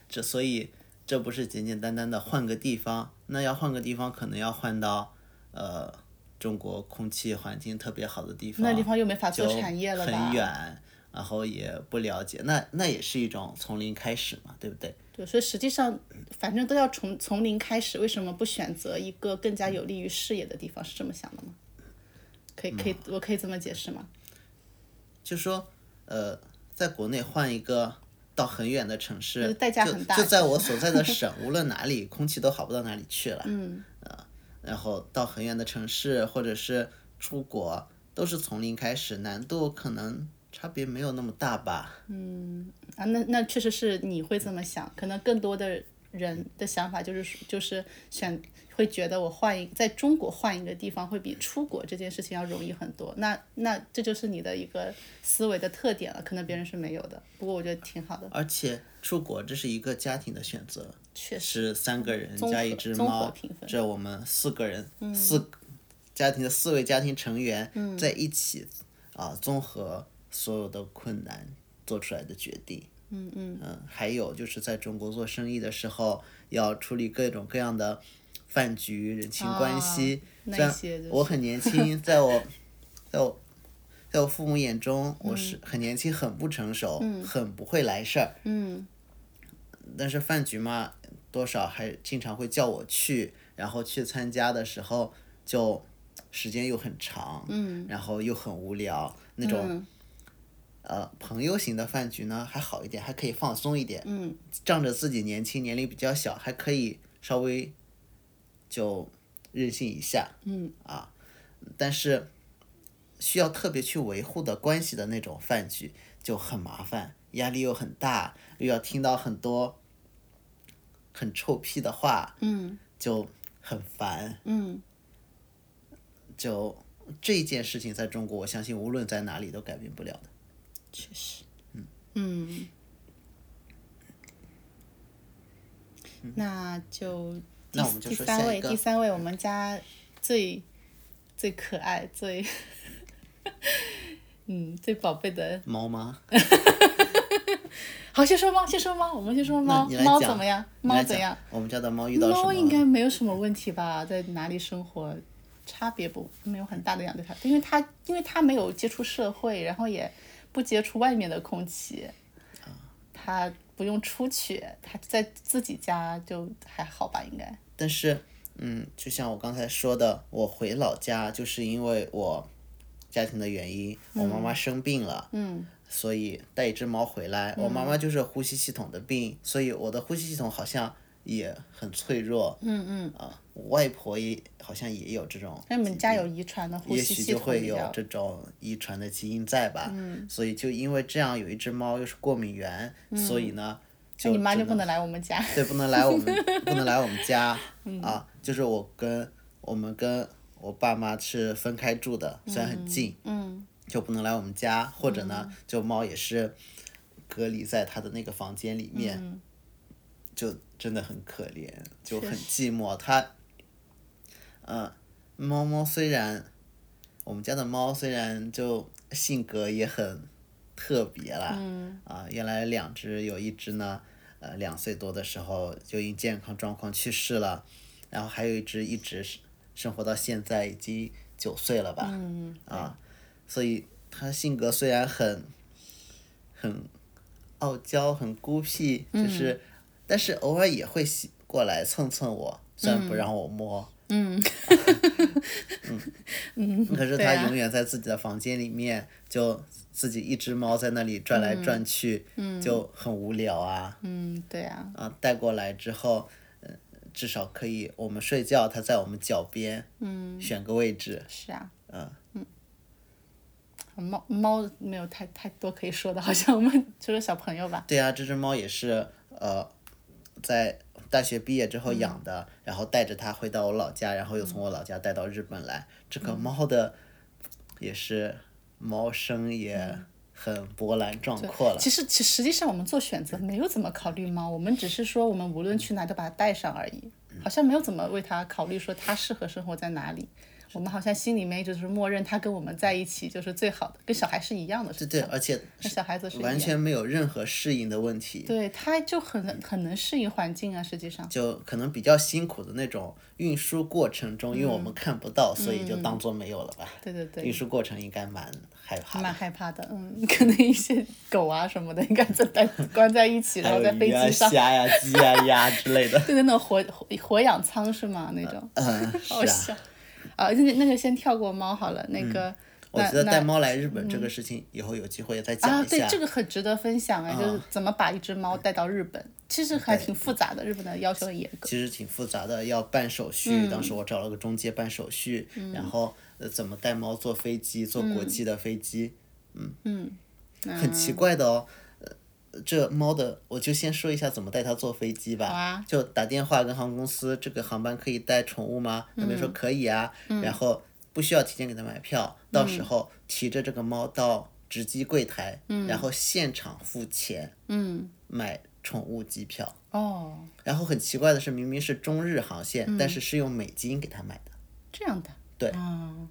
Speaker 1: 这所以这不是简简单单的换个地方，那要换个地方，可能要换到呃中国空气环境特别好的地方，
Speaker 2: 那地方又没法做产业了吧？
Speaker 1: 很远，然后也不了解，那那也是一种从零开始嘛，对不对？
Speaker 2: 对，所以实际上反正都要从从零开始，为什么不选择一个更加有利于视野的地方？是这么想的吗？可以，可以，
Speaker 1: 嗯
Speaker 2: 我可以这么解释吗？
Speaker 1: 就说呃，在国内换一个到很远的城
Speaker 2: 就是
Speaker 1: 市，
Speaker 2: 代价很大
Speaker 1: 就就在我所在的省，无论哪里，空气都好不到哪里去了。嗯，呃，然后到很远的城市，或者是出国，都是从零开始，难度可能差别没有那么大吧。
Speaker 2: 啊，那那确实是你会这么想，可能更多的人的想法就是说就是选会觉得我换一在中国换一个地方会比出国这件事情要容易很多。那那这就是你的一个思维的特点了，可能别人是没有的。不过我觉得挺好的，
Speaker 1: 而且出国这是一个家庭的选择，
Speaker 2: 确
Speaker 1: 是三个人
Speaker 2: 综
Speaker 1: 加
Speaker 2: 合
Speaker 1: 一只
Speaker 2: 综合
Speaker 1: 猫
Speaker 2: 评，分嗯
Speaker 1: 这我们四个人、四家庭的四位家庭成员在一起啊，综合所有的困难做出来的决定。嗯嗯还有就是在中国做生意的时候，要处理各种各样的饭局、人情关系。
Speaker 2: 那
Speaker 1: 虽然
Speaker 2: 些就是
Speaker 1: 我很年
Speaker 2: [laughs]
Speaker 1: 轻，在我，在我，在我父母眼中，我是很年轻、很不成熟、很不会来事儿。
Speaker 2: 嗯，
Speaker 1: 但是饭局嘛，多少还经常会叫我去，然后去参加的时候就时间又很长，嗯，然后又很无聊
Speaker 2: 嗯
Speaker 1: 那种。呃，朋友型的饭局呢还好一点，还可以放松一点。嗯，仗着自己年轻，年龄比较小，还可以稍微就任性一下。嗯啊，但是需要特别去维护的关系的那种饭局就很麻烦，压力又很大，又要听到很多很臭屁的话，嗯，就很烦，嗯，就这件事情在中国，我相信无论在哪里都改变不了的。
Speaker 2: 确实，嗯嗯，那就第
Speaker 1: 那我们就
Speaker 2: 第
Speaker 1: 说
Speaker 2: 三
Speaker 1: 下一
Speaker 2: 位，
Speaker 1: 个
Speaker 2: 第三位我们家最最可爱最。嗯，最宝贝的，
Speaker 1: 猫吗？
Speaker 2: 好，先说猫，先说猫，我们先说猫
Speaker 1: 你，来
Speaker 2: 猫
Speaker 1: 讲
Speaker 2: 怎么样？
Speaker 1: 你来
Speaker 2: 啊猫怎
Speaker 1: 讲
Speaker 2: 样？？
Speaker 1: 我们家的猫遇到什
Speaker 2: 猫
Speaker 1: 么
Speaker 2: 应
Speaker 1: 了？
Speaker 2: 该没有什么问题吧？在哪里生活，差别不没有很大的两对它，因为它因为它没有接触社会，然后也不接触外面的空气，
Speaker 1: 啊
Speaker 2: 它不用出去，它在自己家就还好吧？应该
Speaker 1: 但是，嗯，就像我刚才说的，我回老家就是因为我家庭的原因，我妈妈生病了，嗯，所以带一只猫回来。我妈妈就是呼吸系统的病，所以我的呼吸系统好像也很脆弱，嗯嗯，啊，我外婆也好像也有这种，
Speaker 2: 那你们家有遗传的呼
Speaker 1: 也
Speaker 2: 吸
Speaker 1: 许
Speaker 2: 系
Speaker 1: 就
Speaker 2: 统
Speaker 1: 会
Speaker 2: 比
Speaker 1: 有
Speaker 2: 较
Speaker 1: 这种遗传的基因在吧，嗯，所以就因为这样，有一只猫又是过敏源，所以呢，就
Speaker 2: 你妈
Speaker 1: 只
Speaker 2: 就不能来我们家。
Speaker 1: [laughs]
Speaker 2: 嗯
Speaker 1: 对，不能来我们不能来我们家啊，就是我跟我们跟我爸妈是分开住的，虽然很近，
Speaker 2: 嗯，
Speaker 1: 就不能来我们家，或者呢，就猫也是隔离在它的那个房间
Speaker 2: 嗯
Speaker 1: 里面，就真的很可怜，就很寂寞。它，呃，猫猫虽然我们家的猫虽然就性格也很特别啦，
Speaker 2: 嗯
Speaker 1: 啊，原来两只有一只呢，呃，两岁多的时候就因健康状况去世了，然后还有一只一直是生活到现在已经九岁了吧，
Speaker 2: 嗯
Speaker 1: 啊，所以它性格虽然很很傲娇、很孤僻，
Speaker 2: 嗯
Speaker 1: 就是，但是偶尔也会喜过来蹭蹭我，虽然不让我摸。 [laughs] 嗯，可是
Speaker 2: 嗯对
Speaker 1: 它
Speaker 2: 啊
Speaker 1: 永远在自己的房间里面，就自己一只猫在那里转来转去，就很无聊啊。
Speaker 2: 嗯，对啊，
Speaker 1: 啊，带过来之后，呃，至少可以我们睡觉，它在我们脚边，
Speaker 2: 嗯
Speaker 1: 选个位置，
Speaker 2: 是啊。
Speaker 1: 嗯
Speaker 2: 猫猫没有太太多可以说的，好像我们 [laughs] 除了小朋友吧。
Speaker 1: 对啊，这只猫也是呃，在大学毕业之后养的，
Speaker 2: 嗯
Speaker 1: 然后带着它回到我老家，然后又从我老家带到日本来。这
Speaker 2: 嗯
Speaker 1: 个猫的也是猫生也
Speaker 2: 嗯
Speaker 1: 很波澜壮阔了。
Speaker 2: 其实，其实际上我们做选择没有怎么考虑猫，我们只是说我们无论去哪都把它带上而已，好像没有怎么为它考虑说它适合生活在哪里。我们好像心里面就是默认他跟我们在一起就是最好的，跟小孩是一样的，是
Speaker 1: 对，而且
Speaker 2: 跟小孩子是一样
Speaker 1: 完
Speaker 2: 的。
Speaker 1: 全没有任何适应的问题，
Speaker 2: 对，他就很能很能适应环境啊，实际上，
Speaker 1: 就可能比较辛苦的那种运输过程中，因为我们看不到，所以就当做没有了吧。
Speaker 2: 嗯对对对，
Speaker 1: 运输过程应该蛮害怕
Speaker 2: 蛮
Speaker 1: 的，
Speaker 2: 害怕的，嗯，可能一些狗啊什么的，应该在在关在一起，
Speaker 1: 还
Speaker 2: 然后
Speaker 1: 有
Speaker 2: 在飞
Speaker 1: 鱼啊、
Speaker 2: 机上，
Speaker 1: 虾呀、鸡呀、鸭之类
Speaker 2: [laughs]
Speaker 1: 的。
Speaker 2: 对对，那种火火火养仓是吗？那种，
Speaker 1: 嗯，是
Speaker 2: [laughs] 好
Speaker 1: 啊，嗯
Speaker 2: 笑。啊，那个那个先跳过猫好了，那个、
Speaker 1: 我
Speaker 2: 那
Speaker 1: 觉得
Speaker 2: 那嗯
Speaker 1: 带猫来日本这个事情，以后有机会再讲
Speaker 2: 啊，
Speaker 1: 一
Speaker 2: 对，
Speaker 1: 下。哦
Speaker 2: 这个很值得分享哎，就是怎么把一只猫带到日本，其实还挺复杂的，日本的要求很严格。
Speaker 1: 其实挺复杂的，要办手续。当
Speaker 2: 嗯
Speaker 1: 时我找了个中介办手续，然后呃怎么带猫坐飞机，坐国际的飞机，嗯，很奇怪的哦。呃，这猫的，我就先说一下怎么带它坐飞机吧。
Speaker 2: 好啊
Speaker 1: 就打电话跟航空公司，这个航班可以带宠物吗？他们
Speaker 2: 嗯
Speaker 1: 说可以啊，然后不需要提前给它买票，到
Speaker 2: 嗯
Speaker 1: 时候提着这个猫到值机柜台，然后现场付钱
Speaker 2: 嗯，
Speaker 1: 买宠物机票。
Speaker 2: 哦，
Speaker 1: 然后很奇怪的是，明明是中日航线，
Speaker 2: 嗯
Speaker 1: 但是是用美金给他买
Speaker 2: [laughs]
Speaker 1: 的。
Speaker 2: 这样的。
Speaker 1: 对 [laughs]
Speaker 2: 嗯。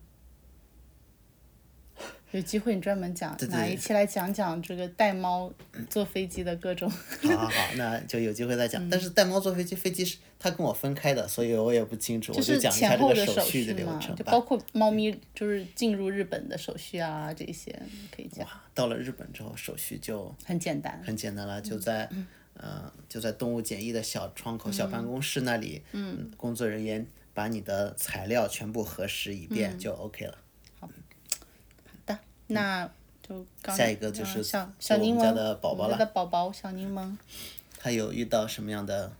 Speaker 2: 有机会你专门讲
Speaker 1: 对对嗯
Speaker 2: 哪一期来讲讲这个带猫坐飞机的各种。
Speaker 1: 好好好，那就有机会再讲。
Speaker 2: 嗯
Speaker 1: 但是带猫坐飞机，飞机是他跟我分开的，所以我也不清楚，我
Speaker 2: 就是
Speaker 1: 讲一下
Speaker 2: 前
Speaker 1: 这
Speaker 2: 后
Speaker 1: 个
Speaker 2: 的
Speaker 1: 手
Speaker 2: 续
Speaker 1: 的流
Speaker 2: 嘛，
Speaker 1: 程
Speaker 2: 就
Speaker 1: 吧嗯
Speaker 2: 包。括猫咪就是进入日本的手续啊，这些可以讲，
Speaker 1: 哇，到了日本之后，手续就
Speaker 2: 很简单。
Speaker 1: 很简单了，就在。嗯就在动物检疫的小窗口、小办公室那里，嗯，工作人员把你的材料全部核实一遍、
Speaker 2: 嗯
Speaker 1: 就 OK 了。
Speaker 2: 好的，那就刚
Speaker 1: 下一个就是
Speaker 2: 嗯小
Speaker 1: 就
Speaker 2: 小
Speaker 1: 我们
Speaker 2: 柠檬
Speaker 1: 家的宝宝
Speaker 2: 我们
Speaker 1: 了
Speaker 2: 家的宝宝小柠檬，
Speaker 1: 他有遇到什么样的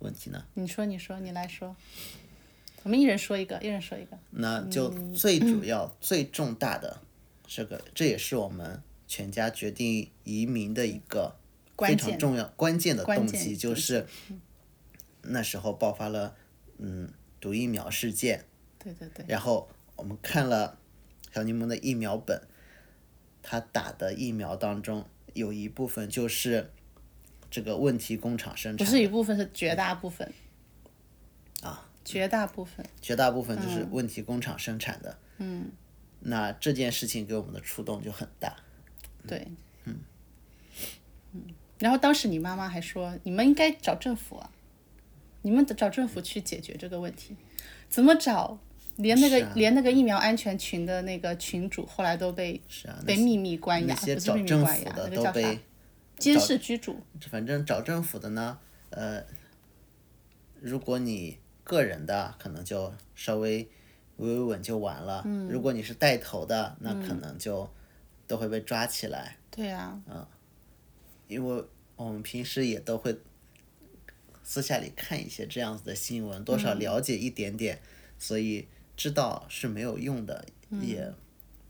Speaker 1: 问题呢？
Speaker 2: 你说你说你来说，我们一人说一个，一人说一个。
Speaker 1: 那就
Speaker 2: 嗯
Speaker 1: 最主要、最重大的这个，这也是我们全家决定移民的一个非
Speaker 2: 关
Speaker 1: 常
Speaker 2: 键
Speaker 1: 重要关键的动
Speaker 2: 关键
Speaker 1: 机，就是那时候爆发了嗯毒疫苗事件，
Speaker 2: 对对对，
Speaker 1: 然后我们看了小柠檬的疫苗本，他打的疫苗当中有一部分就是这个问题工厂生
Speaker 2: 不
Speaker 1: 产，
Speaker 2: 是一部分，是绝大部分。
Speaker 1: 嗯啊，
Speaker 2: 绝大部分。
Speaker 1: 绝大部分
Speaker 2: 嗯
Speaker 1: 就是问题工厂生产的，嗯，那这件事情给我们的触动就很大。
Speaker 2: 对，嗯然后当时你妈妈还说，你们应该找政府啊，你们得找政府去解决这个问题，怎么找？连那
Speaker 1: 啊
Speaker 2: 个、连那个疫苗安全群的那个群主后来都被
Speaker 1: 是啊，
Speaker 2: 被秘密关押，
Speaker 1: 那些
Speaker 2: 不是
Speaker 1: 找
Speaker 2: 秘密
Speaker 1: 政
Speaker 2: 关
Speaker 1: 府
Speaker 2: 押，
Speaker 1: 的
Speaker 2: 那个
Speaker 1: 都
Speaker 2: 叫啥
Speaker 1: 被，？
Speaker 2: 监视居住。
Speaker 1: 反正找政府的呢，呃，如果你个人的可能就稍微维维稳就完了，如果你是带头的，那可能就都会被抓起来，
Speaker 2: 对啊，
Speaker 1: 因为我们平时也都会私下里看一些这样子的新闻，多
Speaker 2: 嗯
Speaker 1: 少了解一点点，所以知道是没有用的，
Speaker 2: 嗯
Speaker 1: 也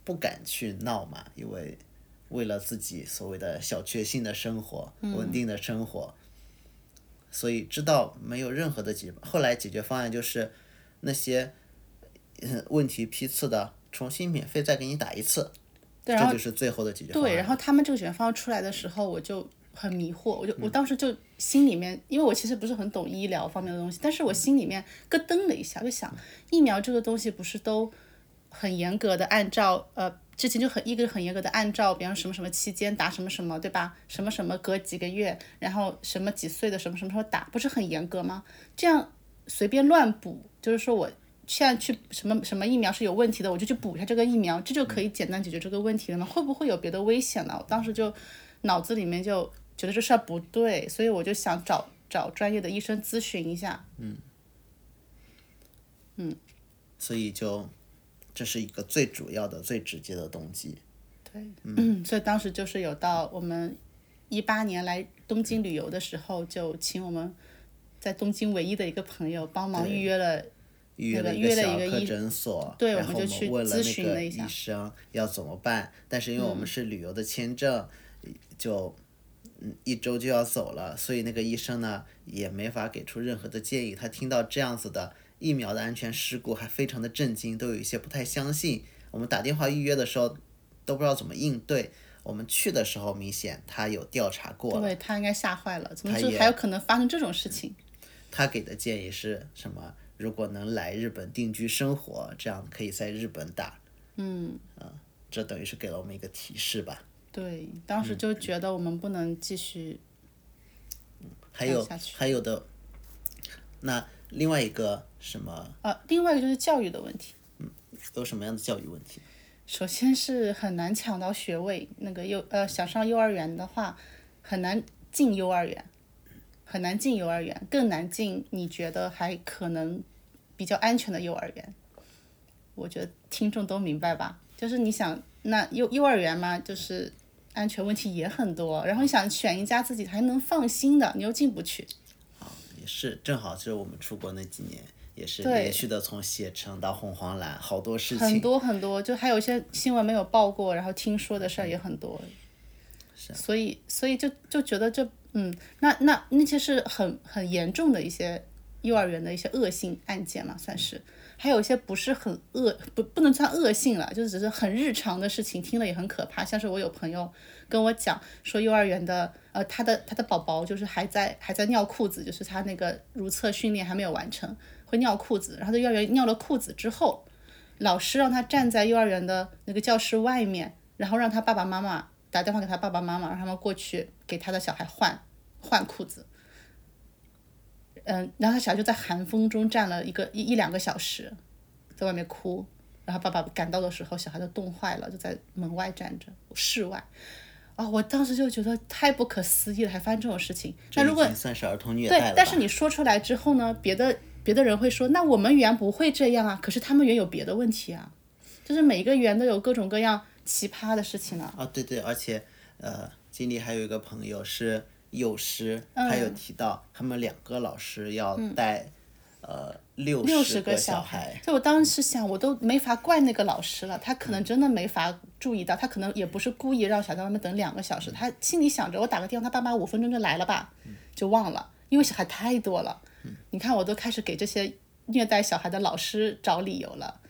Speaker 1: 不敢去闹嘛，因为为了自己所谓的小确幸的生活、稳定
Speaker 2: 嗯
Speaker 1: 的生活，所以知道没有任何的解。后来解决方案就是那些呃问题批次的重新免费再给你打一次，这
Speaker 2: 对，然后
Speaker 1: 就是最后的解决方案。
Speaker 2: 对，然后他们这个解决方案出来的时候，我就很迷惑，我就
Speaker 1: 嗯
Speaker 2: 我当时就心里面，因为我其实不是很懂医疗方面的东西，但是
Speaker 1: 嗯
Speaker 2: 我心里面咯噔了一下，我就想疫苗这个东西不是都很严格的按照呃。之前就很一个很严格的按照，比方什么什么期间打什么什么，对吧？什么什么隔几个月，然后什么几岁的什么什么时候打，不是很严格吗？这样随便乱补，就是说我现在去什么什么疫苗是有问题的，我就去补一下这个疫苗，这就可以简单解决这个问题了吗？会不会有别的危险呢？我当时就脑子里面就觉得这事儿不对，所以我就想找找专业的医生咨询一下。
Speaker 1: 所以就这是一个最主要的、最直接的动机。
Speaker 2: 对，嗯所以当时就是有到我们一八年来东京旅游的时候，就请我们在东京唯一的一个朋友帮忙预约了。
Speaker 1: 预约
Speaker 2: 那
Speaker 1: 了
Speaker 2: 个
Speaker 1: 个
Speaker 2: 约了
Speaker 1: 小
Speaker 2: 一个
Speaker 1: 儿科
Speaker 2: 医
Speaker 1: 诊所，
Speaker 2: 对
Speaker 1: 然
Speaker 2: 我们
Speaker 1: 后我
Speaker 2: 就去
Speaker 1: 们问了
Speaker 2: 咨
Speaker 1: 那
Speaker 2: 询
Speaker 1: 个
Speaker 2: 了一下嗯
Speaker 1: 医生要怎么办，但是因为我们是旅游的签证，就嗯一周就要走了，所以那个医生呢也没法给出任何的建议。他听到这样子的疫苗的安全事故，还非常的震惊，都有一些不太相信。我们打电话预约的时候都不知道怎么应对，我们去的时候明显他有调查过了。
Speaker 2: 对他应该吓坏了，怎么
Speaker 1: 他
Speaker 2: 就
Speaker 1: 也
Speaker 2: 还有可能发生这种事情？
Speaker 1: 他给的建议是什么？如果能来日本定居生活，这样可以在日本打，
Speaker 2: 嗯，
Speaker 1: 这等于是给了我们一个提示吧。
Speaker 2: 对，当时就觉得我们不能继续
Speaker 1: 还有
Speaker 2: 下去
Speaker 1: 还有的，那另外一个什么
Speaker 2: 呃，另外一个就是教育的问题。
Speaker 1: 有什么样的教育问题？
Speaker 2: 首先是很难抢到学位，那个幼呃想上幼儿园的话，很难进幼儿园，很难进幼儿园，更难进你觉得还可能比较安全的幼儿园。我觉得听众都明白吧？就是你想那幼幼儿园嘛，就是安全问题也很多，然后你想选一家自己还能放心的，你又进不去。
Speaker 1: 也是正好就是我们出国那几年，也是
Speaker 2: 对
Speaker 1: 连续的从携程到红黄蓝，好多事
Speaker 2: 很
Speaker 1: 情。
Speaker 2: 多很多，就还有一些新闻没有报过，然后听说的事儿也很多。
Speaker 1: 嗯啊
Speaker 2: 所以，所以就就觉得这，嗯，那那那些是很很严重的一些幼儿园的一些恶性案件嘛，算是。还有一些不是很恶，不不能算恶性了，就是只是很日常的事情，听了也很可怕。像是我有朋友跟我讲说，幼儿园的呃，他的他的宝宝就是还在还在尿裤子，就是他那个如厕训练还没有完成，会尿裤子。然后在幼儿园尿了裤子之后，老师让他站在幼儿园的那个教室外面，然后让他爸爸妈妈打电话给他爸爸妈妈，让他们过去给他的小孩换换裤子。嗯，然后他小孩就在寒风中站了一个一一两个小时，在外面哭。然后爸爸赶到的时候，小孩都冻坏了，就在门外站着，室外。啊、我当时就觉得太不可思议了，还发生这种事情。那
Speaker 1: 这
Speaker 2: 如果
Speaker 1: 已经算是儿童虐待
Speaker 2: 对
Speaker 1: 了，
Speaker 2: 但
Speaker 1: 吧
Speaker 2: 是你说出来之后呢，别的别的人会说，那我们园不会这样啊，可是他们园有别的问题啊，就是每个园都有各种各样奇葩的事情啊。
Speaker 1: 啊，对对，而且呃，经理还有一个朋友是幼师，
Speaker 2: 嗯
Speaker 1: 他有提到他们两个老师要带、呃六
Speaker 2: 六
Speaker 1: 十
Speaker 2: 十
Speaker 1: 个
Speaker 2: 个
Speaker 1: 小
Speaker 2: 孩
Speaker 1: 孩，，
Speaker 2: 所以我当时想，我都没法怪那个老师了，他可能真的没法注意到，他可能也不是故意让小孩在外面等两个小时，他心里想着我打个电话，他爸妈五分钟就来了吧，
Speaker 1: 嗯
Speaker 2: 就忘了，因为小孩太多了。你看，我都开始给这些虐待小孩的老师找理由了，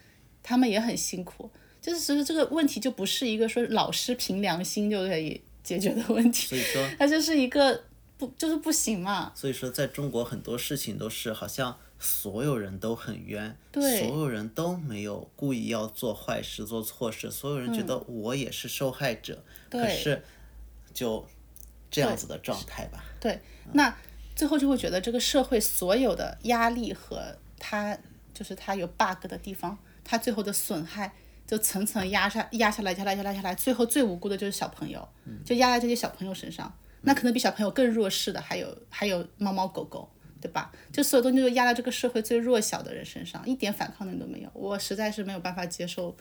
Speaker 2: 他们也很辛苦。就是其实这个问题就不是一个说老师凭良心就可以解决的问题，啊
Speaker 1: 所以说
Speaker 2: 它就是一个不就是不行嘛。
Speaker 1: 所以说在中国很多事情都是好像所有人都很冤，
Speaker 2: 对
Speaker 1: 所有人都没有故意要做坏事做错事，所有人觉得我也是受害者，可
Speaker 2: 嗯对
Speaker 1: 是就这样子的状态吧。
Speaker 2: 对，那最后就会觉得这个社会所有的压力和它就是它有 bug 的地方，它最后的损害就层层压下压下来，压下来，压下来，压下来，最后最无辜的就是小朋友，就压在这些小朋友身上。那可能比小朋友更弱势的还有还有猫猫狗狗，对吧？就所有东西都压在这个社会最弱小的人身上，一点反抗力都没有。我实在是没有办法接受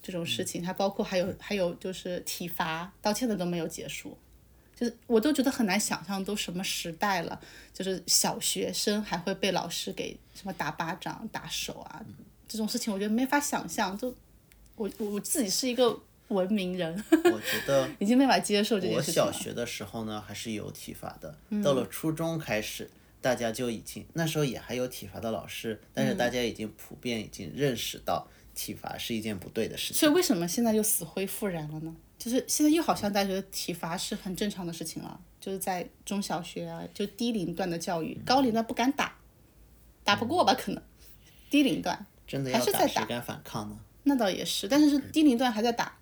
Speaker 2: 这种事情，还包括还有还有就是体罚到现在都没有结束。就是我都觉得很难想象，都什么时代了，就是小学生还会被老师给什么打巴掌、打手啊，
Speaker 1: 嗯
Speaker 2: 这种事情我觉得没法想象。就我我我自己是一个文明人， [laughs]
Speaker 1: 我觉得
Speaker 2: 已经没法接受这件
Speaker 1: 我
Speaker 2: 事情嗯
Speaker 1: 小
Speaker 2: 了。
Speaker 1: 学的时候呢，还是有体罚的。到了初中开始，大家就已经那时候也还有体罚的老师，但
Speaker 2: 嗯
Speaker 1: 是大家已经普遍已经认识到体罚是一件不对的事情。
Speaker 2: 所以为什么现在又死灰复燃了呢？就是现在又好像大家觉得体罚是很正常的事情了，就是在中小学啊，就低龄段的教育，高龄段不敢打，打不过吧可能，低龄段。
Speaker 1: 真的
Speaker 2: 还
Speaker 1: 要
Speaker 2: 是
Speaker 1: 打
Speaker 2: 在
Speaker 1: 谁敢反抗呢？
Speaker 2: 那倒也是，但是是低龄段还在打，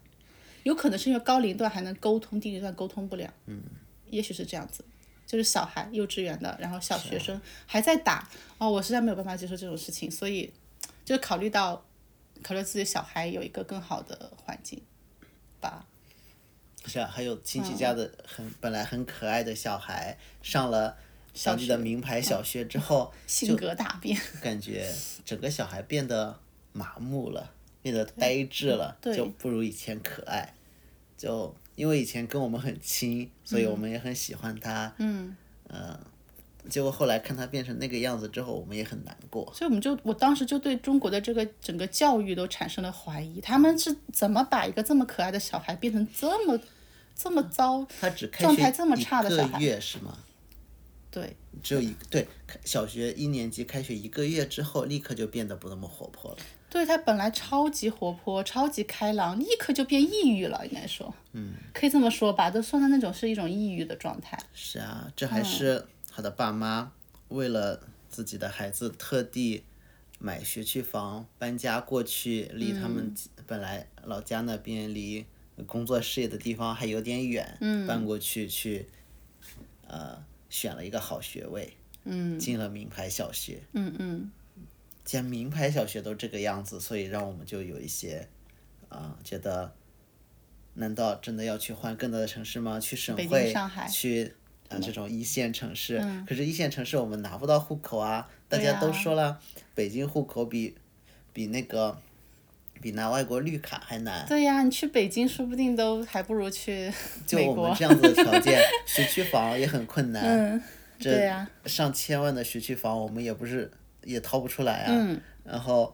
Speaker 2: 有可能是因为高龄段还能沟通，低龄段沟通不了。嗯，也许是这样子，就是小孩幼稚园的，然后小学生还在打，哦，我实在没有办法接受这种事情，所以就考虑到考虑到自己小孩有一个更好的环境吧。
Speaker 1: 是啊，还有亲戚
Speaker 2: 嗯
Speaker 1: 家的很、本来很可爱的小孩，上了当地的名牌
Speaker 2: 嗯
Speaker 1: 小学之后，
Speaker 2: 性格大变，
Speaker 1: [laughs] 感觉整个小孩变得麻木了，变得呆滞了，
Speaker 2: 嗯对
Speaker 1: 就不如以前可爱。就因为以前跟我们很亲，所
Speaker 2: 嗯
Speaker 1: 以我们也很喜欢他。嗯。呃，结果后来看他变成那个样子之后，我们也很难过。
Speaker 2: 所以我们就我当时就对中国的这个整个教育都产生了怀疑，他们是怎么把一个这么可爱的小孩变成这么这么糟？
Speaker 1: 他只开
Speaker 2: 状
Speaker 1: 学
Speaker 2: 态这么差的
Speaker 1: 一
Speaker 2: 小
Speaker 1: 个
Speaker 2: 孩
Speaker 1: 月是吗？
Speaker 2: 对，
Speaker 1: 只有一个对，开小学一年级开学一个月之后，立刻就变得不那么活泼了。
Speaker 2: 对他本来超级活泼、超级开朗，立刻就变抑郁了，应该说，嗯，可以这么说吧，都算他那种是一种抑郁的状态。
Speaker 1: 是啊，这还是他的爸妈为了自己的孩子特地买学区房搬家过去，离他们
Speaker 2: 嗯
Speaker 1: 本来老家那边离工作事业的地方还有点远，
Speaker 2: 嗯
Speaker 1: 搬过去去，呃，选了一个好学位，
Speaker 2: 嗯
Speaker 1: 进了名牌小学。
Speaker 2: 嗯嗯
Speaker 1: 既然名牌小学都这个样子，所以让我们就有一些，啊、觉得，难道真的要去换更大的城市吗？去省
Speaker 2: 北京
Speaker 1: 会
Speaker 2: 上海，
Speaker 1: 去啊、这种一线城市、可是，一线城市我们拿不到户口啊！大
Speaker 2: 嗯对
Speaker 1: 家都
Speaker 2: 啊
Speaker 1: 说了，北京户口比比那个比拿外国绿卡还难。
Speaker 2: 对呀，你去北京说不定都还不如 [laughs] 去
Speaker 1: 就
Speaker 2: 美
Speaker 1: 我们
Speaker 2: 国。
Speaker 1: 这样子的
Speaker 2: [laughs]
Speaker 1: 条件，学区房也很困难。
Speaker 2: 嗯，对呀，
Speaker 1: 上千万的学区房，我们也不是也掏不出来啊。
Speaker 2: 嗯
Speaker 1: 然后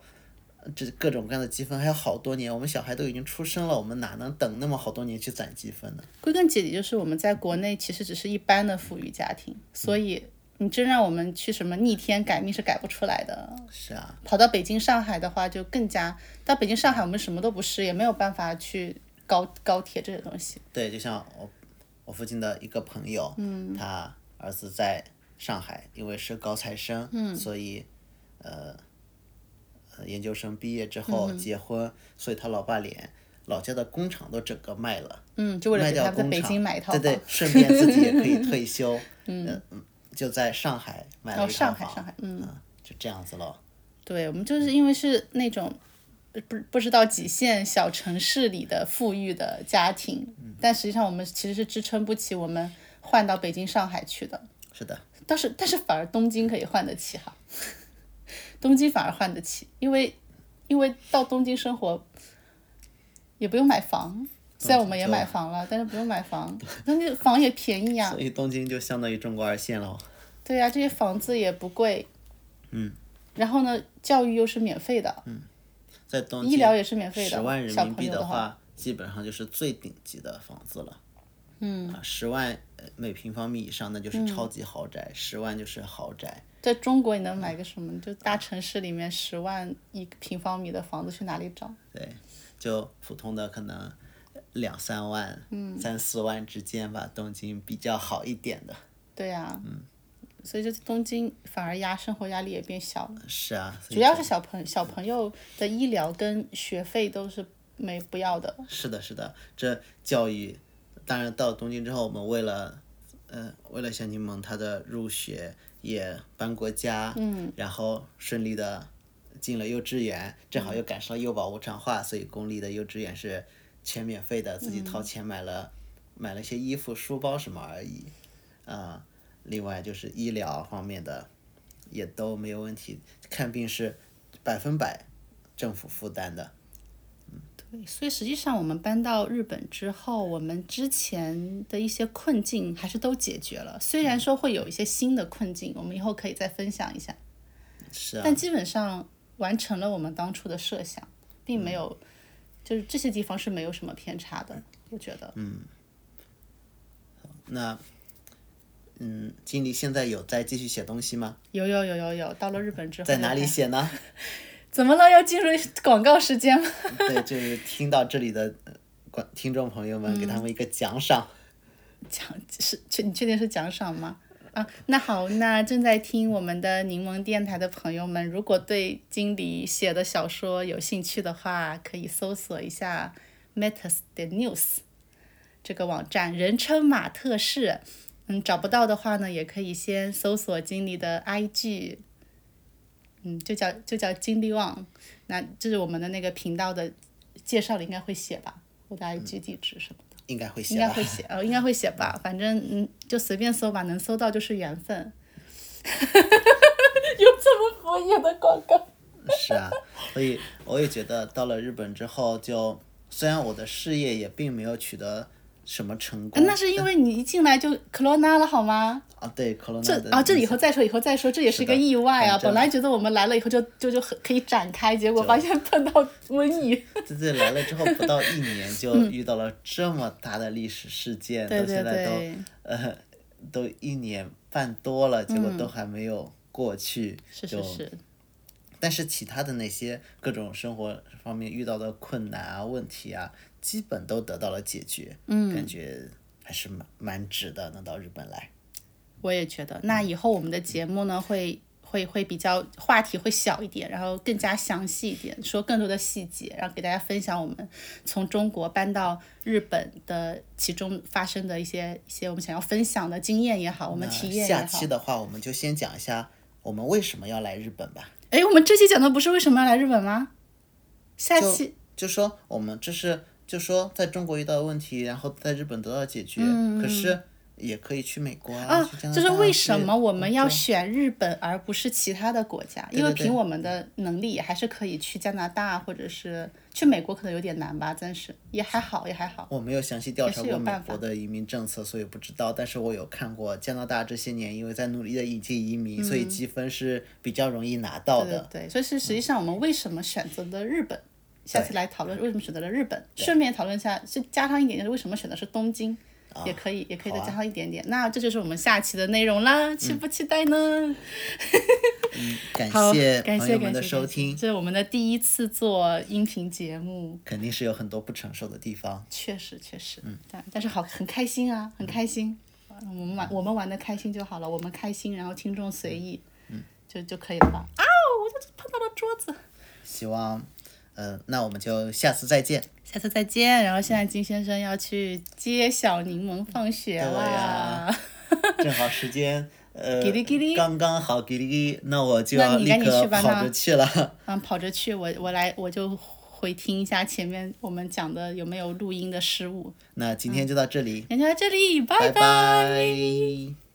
Speaker 1: 呃这各种各样的积分还有好多年，我们小孩都已经出生了，我们哪能等那么好多年去攒积分呢？
Speaker 2: 归根结底就是我们在国内其实只是一般的富裕家庭，所以你真让我们去什么逆天改命是改不出来的。
Speaker 1: 是啊，
Speaker 2: 跑到北京、上海的话，就更加到北京、上海，我们什么都不是，也没有办法去高高铁这些东西。
Speaker 1: 对，就像我我附近的一个朋友，
Speaker 2: 嗯
Speaker 1: 他儿子在上海，因为是高材生，
Speaker 2: 嗯
Speaker 1: 所以呃呃研究生毕业
Speaker 2: 嗯
Speaker 1: 之后结婚，所以他老爸连老家的工厂都整个卖了。
Speaker 2: 嗯，就为了
Speaker 1: 卖
Speaker 2: 给
Speaker 1: 掉
Speaker 2: 他们在
Speaker 1: 工
Speaker 2: 北
Speaker 1: 厂
Speaker 2: 京买一套
Speaker 1: 对
Speaker 2: 房。
Speaker 1: 对，顺便自己也可
Speaker 2: [laughs]
Speaker 1: 以退休。嗯嗯，就在上海买了
Speaker 2: 哦
Speaker 1: 一套
Speaker 2: 上海
Speaker 1: 房，
Speaker 2: 上海
Speaker 1: 嗯就这样子咯。
Speaker 2: 对我们就是因为是那种呃不不知道几线小城市里的富裕的家庭，但实际上我们其实是支撑不起我们换到北京、上海去的。
Speaker 1: 是的，
Speaker 2: 但是但是反而东京可以换得起哈， [laughs] 东京反而换得起，因为因为到东京生活也不用买房，虽然我们也买房了，但是不用买房，东京房也便宜哎呀、
Speaker 1: 所以东京就相当于中国二线咯。
Speaker 2: 对呀、这些房子也不贵，嗯，然后呢，教育又是免费的，
Speaker 1: 在东
Speaker 2: 医
Speaker 1: 京，
Speaker 2: 疗也是免费的，
Speaker 1: 十万人
Speaker 2: 小
Speaker 1: 民
Speaker 2: 朋
Speaker 1: 币
Speaker 2: 友的话，
Speaker 1: 话，基本上就是最顶级的房子了。嗯，啊，十万呃每平方米以上，那就是
Speaker 2: 嗯
Speaker 1: 超级豪宅；十万就是豪宅。
Speaker 2: 在中国你能买个什么？就大城市里面十万一个平方米的房子去哪里找？
Speaker 1: 对，就普通的可能两三万、
Speaker 2: 嗯
Speaker 1: 三四万之间吧。东京比较好一点的。
Speaker 2: 对呀、
Speaker 1: 嗯
Speaker 2: 所以就东京反而压生活压力也变小了。
Speaker 1: 是啊，所以
Speaker 2: 主要是小朋小朋友的医疗跟学费都是没不要的，
Speaker 1: 是的，是的，这教育，当然到东京之后，我们为了，呃，为了小柠檬他的入学也搬过家，嗯，然后顺利的进了幼稚园，正好又赶上了幼保无偿化，所以公立的幼稚园是全免费的，自己掏钱买了、买了些衣服、书包什么而已，啊、另外就是医疗方面的也都没有问题，看病是百分百政府负担的，
Speaker 2: 对，所以实际上我们搬到日本之后，我们之前的一些困境还是都解决了，虽
Speaker 1: 嗯
Speaker 2: 然说会有一些新的困境，我们以后可以再分享一下，
Speaker 1: 是啊。
Speaker 2: 但基本上完成了我们当初的设想，并
Speaker 1: 嗯
Speaker 2: 没有，就是这些地方是没有什么偏差的，我觉得。
Speaker 1: 那，嗯，经理现在有在继续写东西吗？
Speaker 2: 有有有有有，到了日本之后
Speaker 1: 在哪里
Speaker 2: 又开？
Speaker 1: 写
Speaker 2: [laughs]
Speaker 1: 呢？
Speaker 2: 怎么了？要进入广告时间吗？
Speaker 1: 对，就是听到这里的呃观听众朋友
Speaker 2: 嗯
Speaker 1: 们，给他们一个奖赏。
Speaker 2: 奖是确你确定是奖赏吗？啊，那好，那正在听我们的柠檬电台的朋友们，如果对经理写的小说有兴趣的话，可以搜索一下 Matters 的 News 这个网站，人称马特氏。嗯，找不到的话呢，也可以先搜索经理的 IG，嗯，就叫就叫经理网。那这是我们的那个频道的介绍里应该会写吧，我的 IG 地址什么的。
Speaker 1: 应该会
Speaker 2: 应
Speaker 1: 写
Speaker 2: 该
Speaker 1: 吧
Speaker 2: 会？写，呃，应该会写吧，反正嗯，就随便搜吧，能搜到就是缘分。 [laughs] 有这么佛爷的广告？
Speaker 1: 是啊， [laughs] 所以我也觉得到了日本之后就，虽然我的事业也并没有取得什么成功
Speaker 2: 呃那是因为你一进来就 Corona 了，好吗？
Speaker 1: 啊，对，corona
Speaker 2: 这
Speaker 1: 的
Speaker 2: 啊，这
Speaker 1: 影
Speaker 2: 以后再说，以后再说，这也是一个意外啊。
Speaker 1: 反正
Speaker 2: 本来觉得我们来了以后就就就很可以展开，结果发现碰到瘟疫。
Speaker 1: [laughs] 这这来了之后不到一年就遇到了这么大的历史事件，
Speaker 2: 嗯对
Speaker 1: 到
Speaker 2: 对
Speaker 1: 现在都
Speaker 2: 对，
Speaker 1: 呃，都一年半多了，结果都还没有过去，
Speaker 2: 嗯是
Speaker 1: 就是
Speaker 2: 是，
Speaker 1: 但是其他的那些各种生活方面遇到的困难啊、问题啊，基本都得到了解决，嗯，感觉还是蛮蛮值的，能到日本来。
Speaker 2: 我也觉得。那以后我们的节目呢会。会会比较话题会小一点，然后更加详细一点，说更多的细节，然后给大家分享我们从中国搬到日本的其中发生的一些一些我们想要分享的经验也好，我们体验也
Speaker 1: 下
Speaker 2: 好。
Speaker 1: 期的话，我们就先讲一下我们为什么要来日本吧。
Speaker 2: 哎，我们这期讲的不是为什么要来日本吗？下
Speaker 1: 就
Speaker 2: 期
Speaker 1: 就说我们这是就说在中国遇到的问题，然后在日本得到解决，可是也可以去美国啊，去加拿大
Speaker 2: 嗯就是为什
Speaker 1: 去
Speaker 2: 么我们要
Speaker 1: 欧洲
Speaker 2: 选日本而不是其他的国家？因为
Speaker 1: 对对
Speaker 2: 凭我们的能力，也还是可以去加拿大或者是去美国，可能有点难吧，暂时也还好，也还好。
Speaker 1: 我没有详细调查
Speaker 2: 也是有
Speaker 1: 过美
Speaker 2: 办法
Speaker 1: 国的移民政策，所以不知道。但是我有看过加拿大这些年，因为在努力的引进移民，所以积分是比较容易拿到
Speaker 2: 嗯对
Speaker 1: 的。嗯
Speaker 2: 对，所以是实际上我们为什么选择的日本？下次来讨论为什么选择了日本，顺便讨论一下，就加上一点就是为什么选的是东京，
Speaker 1: 啊
Speaker 2: 也可以，也可以再加上一点点。那这就是我们下期的内容啦，期不期待呢？
Speaker 1: 嗯感
Speaker 2: 好，
Speaker 1: 谢
Speaker 2: 感
Speaker 1: 朋
Speaker 2: 谢
Speaker 1: 友们
Speaker 2: 感谢
Speaker 1: 的收
Speaker 2: 感谢
Speaker 1: 听，
Speaker 2: 这是我们的第一次做音频节目，
Speaker 1: 肯定是有很多不成熟的地方。
Speaker 2: 确实确实，
Speaker 1: 嗯
Speaker 2: 但但是好很开心啊，很开心。我们
Speaker 1: 嗯
Speaker 2: 玩我们玩的开心就好了，我们开心，然后听众随意，
Speaker 1: 嗯
Speaker 2: 就就可以了吧？啊，我就碰到了桌子。
Speaker 1: 希望，呃，那我们就下次再
Speaker 2: [laughs]
Speaker 1: 见。
Speaker 2: 下次再见。然后现在金先生要去接小柠檬放学
Speaker 1: 对
Speaker 2: 啦，
Speaker 1: 呀，正好时间，呃
Speaker 2: 叽里叽里
Speaker 1: 刚刚好，叽里叽里，那我就
Speaker 2: 那
Speaker 1: 要
Speaker 2: 你
Speaker 1: 立
Speaker 2: 赶紧去
Speaker 1: 刻
Speaker 2: 吧
Speaker 1: 跑
Speaker 2: 那
Speaker 1: 着去了。 [laughs]
Speaker 2: 嗯，跑着去，我我来我就回听一下前面我们讲的有没有录音的失误。嗯
Speaker 1: 那今天就到这里，
Speaker 2: 那就到这里，
Speaker 1: 拜
Speaker 2: 拜
Speaker 1: 拜